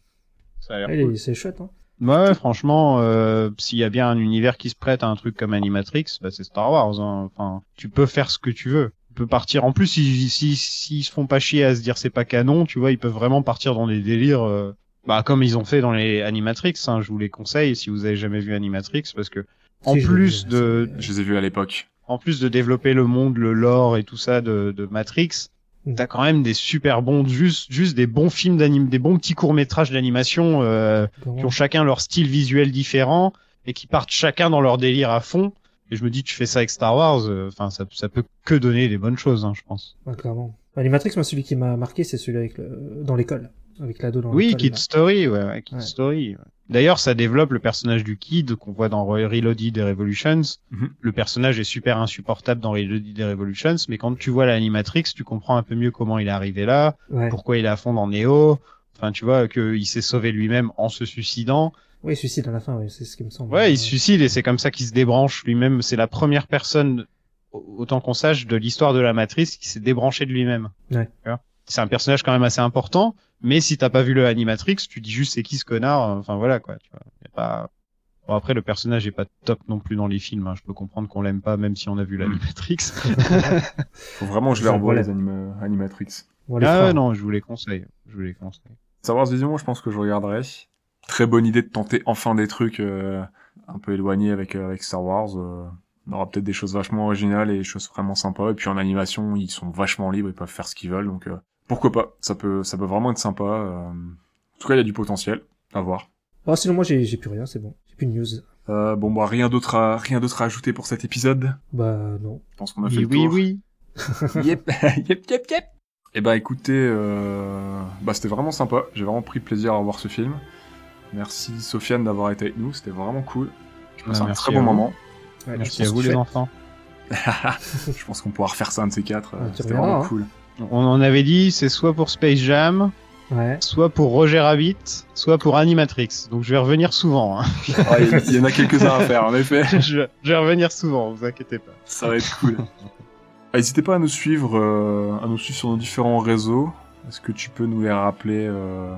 Ça a l'air Ouais, Ah, cool. il est- C'est chouette, hein. Ouais, ouais, franchement, euh, s'il y a bien un univers qui se prête à un truc comme Animatrix, bah, c'est Star Wars. hein. Enfin, tu peux faire ce que tu veux. Tu peux partir. En plus, s'ils si, s'ils se font pas chier à se dire c'est pas canon, tu vois, ils peuvent vraiment partir dans des délires. euh, bah, comme ils ont fait dans les Animatrix, hein, je vous les conseille si vous avez jamais vu Animatrix, parce que en Si, je l'ai plus vu, de, c'est- Je les ai vus à l'époque. en plus de développer le monde, le lore et tout ça de, de Matrix, Mm. t'as quand même des super bons, juste, juste des bons films d'anime, des bons petits courts métrages d'animation euh, qui ont chacun leur style visuel différent et qui partent chacun dans leur délire à fond. euh, Et je me dis, tu fais ça avec Star Wars, enfin ça, ça peut que donner des bonnes choses, hein, je pense. Ouais, clairement. Animatrix, moi, celui qui m'a marqué, c'est celui avec le... dans l'école. Avec l'ado dans Oui, l'école. Kid là. Story, ouais, ouais, Kid Ouais. Story. ouais. D'ailleurs, ça développe le personnage du Kid qu'on voit dans Re- Reloaded et Revolutions. Mhm. Le personnage est super insupportable dans Reloaded et Revolutions, mais quand tu vois l'animatrix, tu comprends un peu mieux comment il est arrivé là, Ouais. pourquoi il est à fond dans Neo. Enfin, tu vois qu'il s'est sauvé lui-même en se suicidant. Oui, suicide à la fin, ouais, c'est ce qui me semble. Ouais, il se suicide et c'est comme ça qu'il se débranche lui-même. C'est la première personne, au- autant qu'on sache, de l'histoire de la Matrice qui s'est débranchée de lui-même. Ouais. Tu vois C'est un personnage quand même assez important, mais si t'as pas vu le Animatrix, tu dis juste c'est qui ce connard. euh, Enfin voilà quoi. Tu vois. Y a pas... Bon après le personnage est pas top non plus dans les films. hein. Je peux comprendre qu'on l'aime pas même si on a vu <laughs> l'Animatrix. Faut vraiment que je les Voilà. revoie, les anima- Animatrix. Bon, les ah frères. ouais, non, je vous les conseille. Je vous les conseille. Star Wars Vision, je pense que je regarderai. Très bonne idée de tenter enfin des trucs euh, un peu éloignés avec, euh, avec Star Wars. euh. on aura peut-être des choses vachement originales et des choses vraiment sympas. Et puis en animation, ils sont vachement libres, ils peuvent faire ce qu'ils veulent. Donc euh, pourquoi pas Ça peut, ça peut vraiment être sympa. euh. En tout cas, il y a du potentiel. À voir. Ah, sinon, moi, j'ai j'ai plus rien, c'est bon. J'ai plus de news. Euh, bon bah rien d'autre à rien d'autre à ajouter pour cet épisode. Bah, non. Je pense qu'on a fait Oui le tour. oui oui. yep, yep, yep, yep. Eh bah écoutez, euh, bah, c'était vraiment sympa. J'ai vraiment pris plaisir à voir ce film. Merci Sofiane d'avoir été avec nous. C'était vraiment cool. Je passe Ah, un merci très à bon vous. moment. Ouais, je Merci pense Ah, à vous que les je- enfants. Je pense qu'on pourra refaire ça un de ces quatre. euh, Ah, tu c'était reviendras, vraiment hein. cool. On en avait dit c'est soit pour Space Jam, Ouais. soit pour Roger Rabbit, soit pour Animatrix. Donc je vais revenir souvent. hein. <laughs> Ah, Il il y en a quelques-uns à faire, en effet. je, je vais revenir souvent, vous inquiétez pas. Ça va être cool. Ah, N'hésitez pas à nous suivre, euh, à nous suivre sur nos différents réseaux. Est-ce que tu peux nous les rappeler, euh,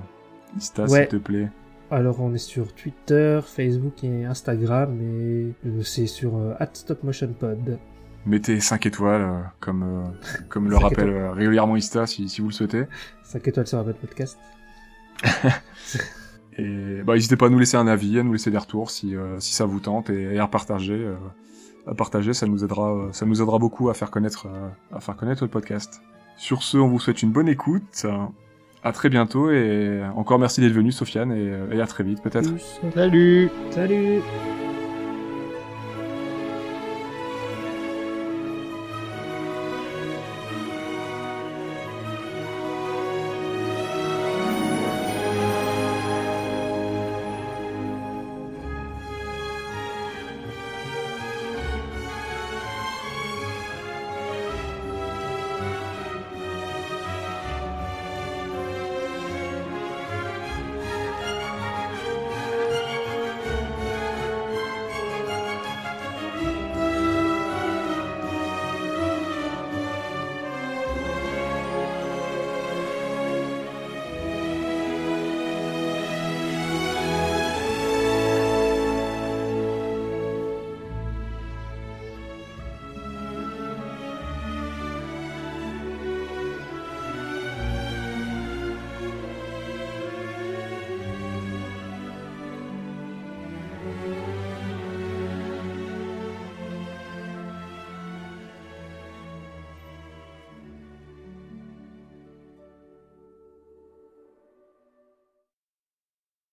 Ista, Ouais. s'il te plaît Alors, on est sur Twitter, Facebook et Instagram, et euh, c'est sur euh, @stopmotionpod. Mettez 5 étoiles, euh, comme, euh, comme le Cinq rappelle étoiles. euh, régulièrement Ista, si- si vous le souhaitez. 5 étoiles sur votre podcast. Et bah, n'hésitez pas à nous laisser un avis, à nous laisser des retours si, euh, si ça vous tente et, et à partager. euh, à partager, ça nous aidera, euh, ça nous aidera beaucoup à faire connaître, euh, à faire connaître le podcast. Sur ce, on vous souhaite une bonne écoute. euh, À très euh, bientôt et encore merci d'être venu, Sofiane, et, et à très vite peut-être. Plus. Salut Salut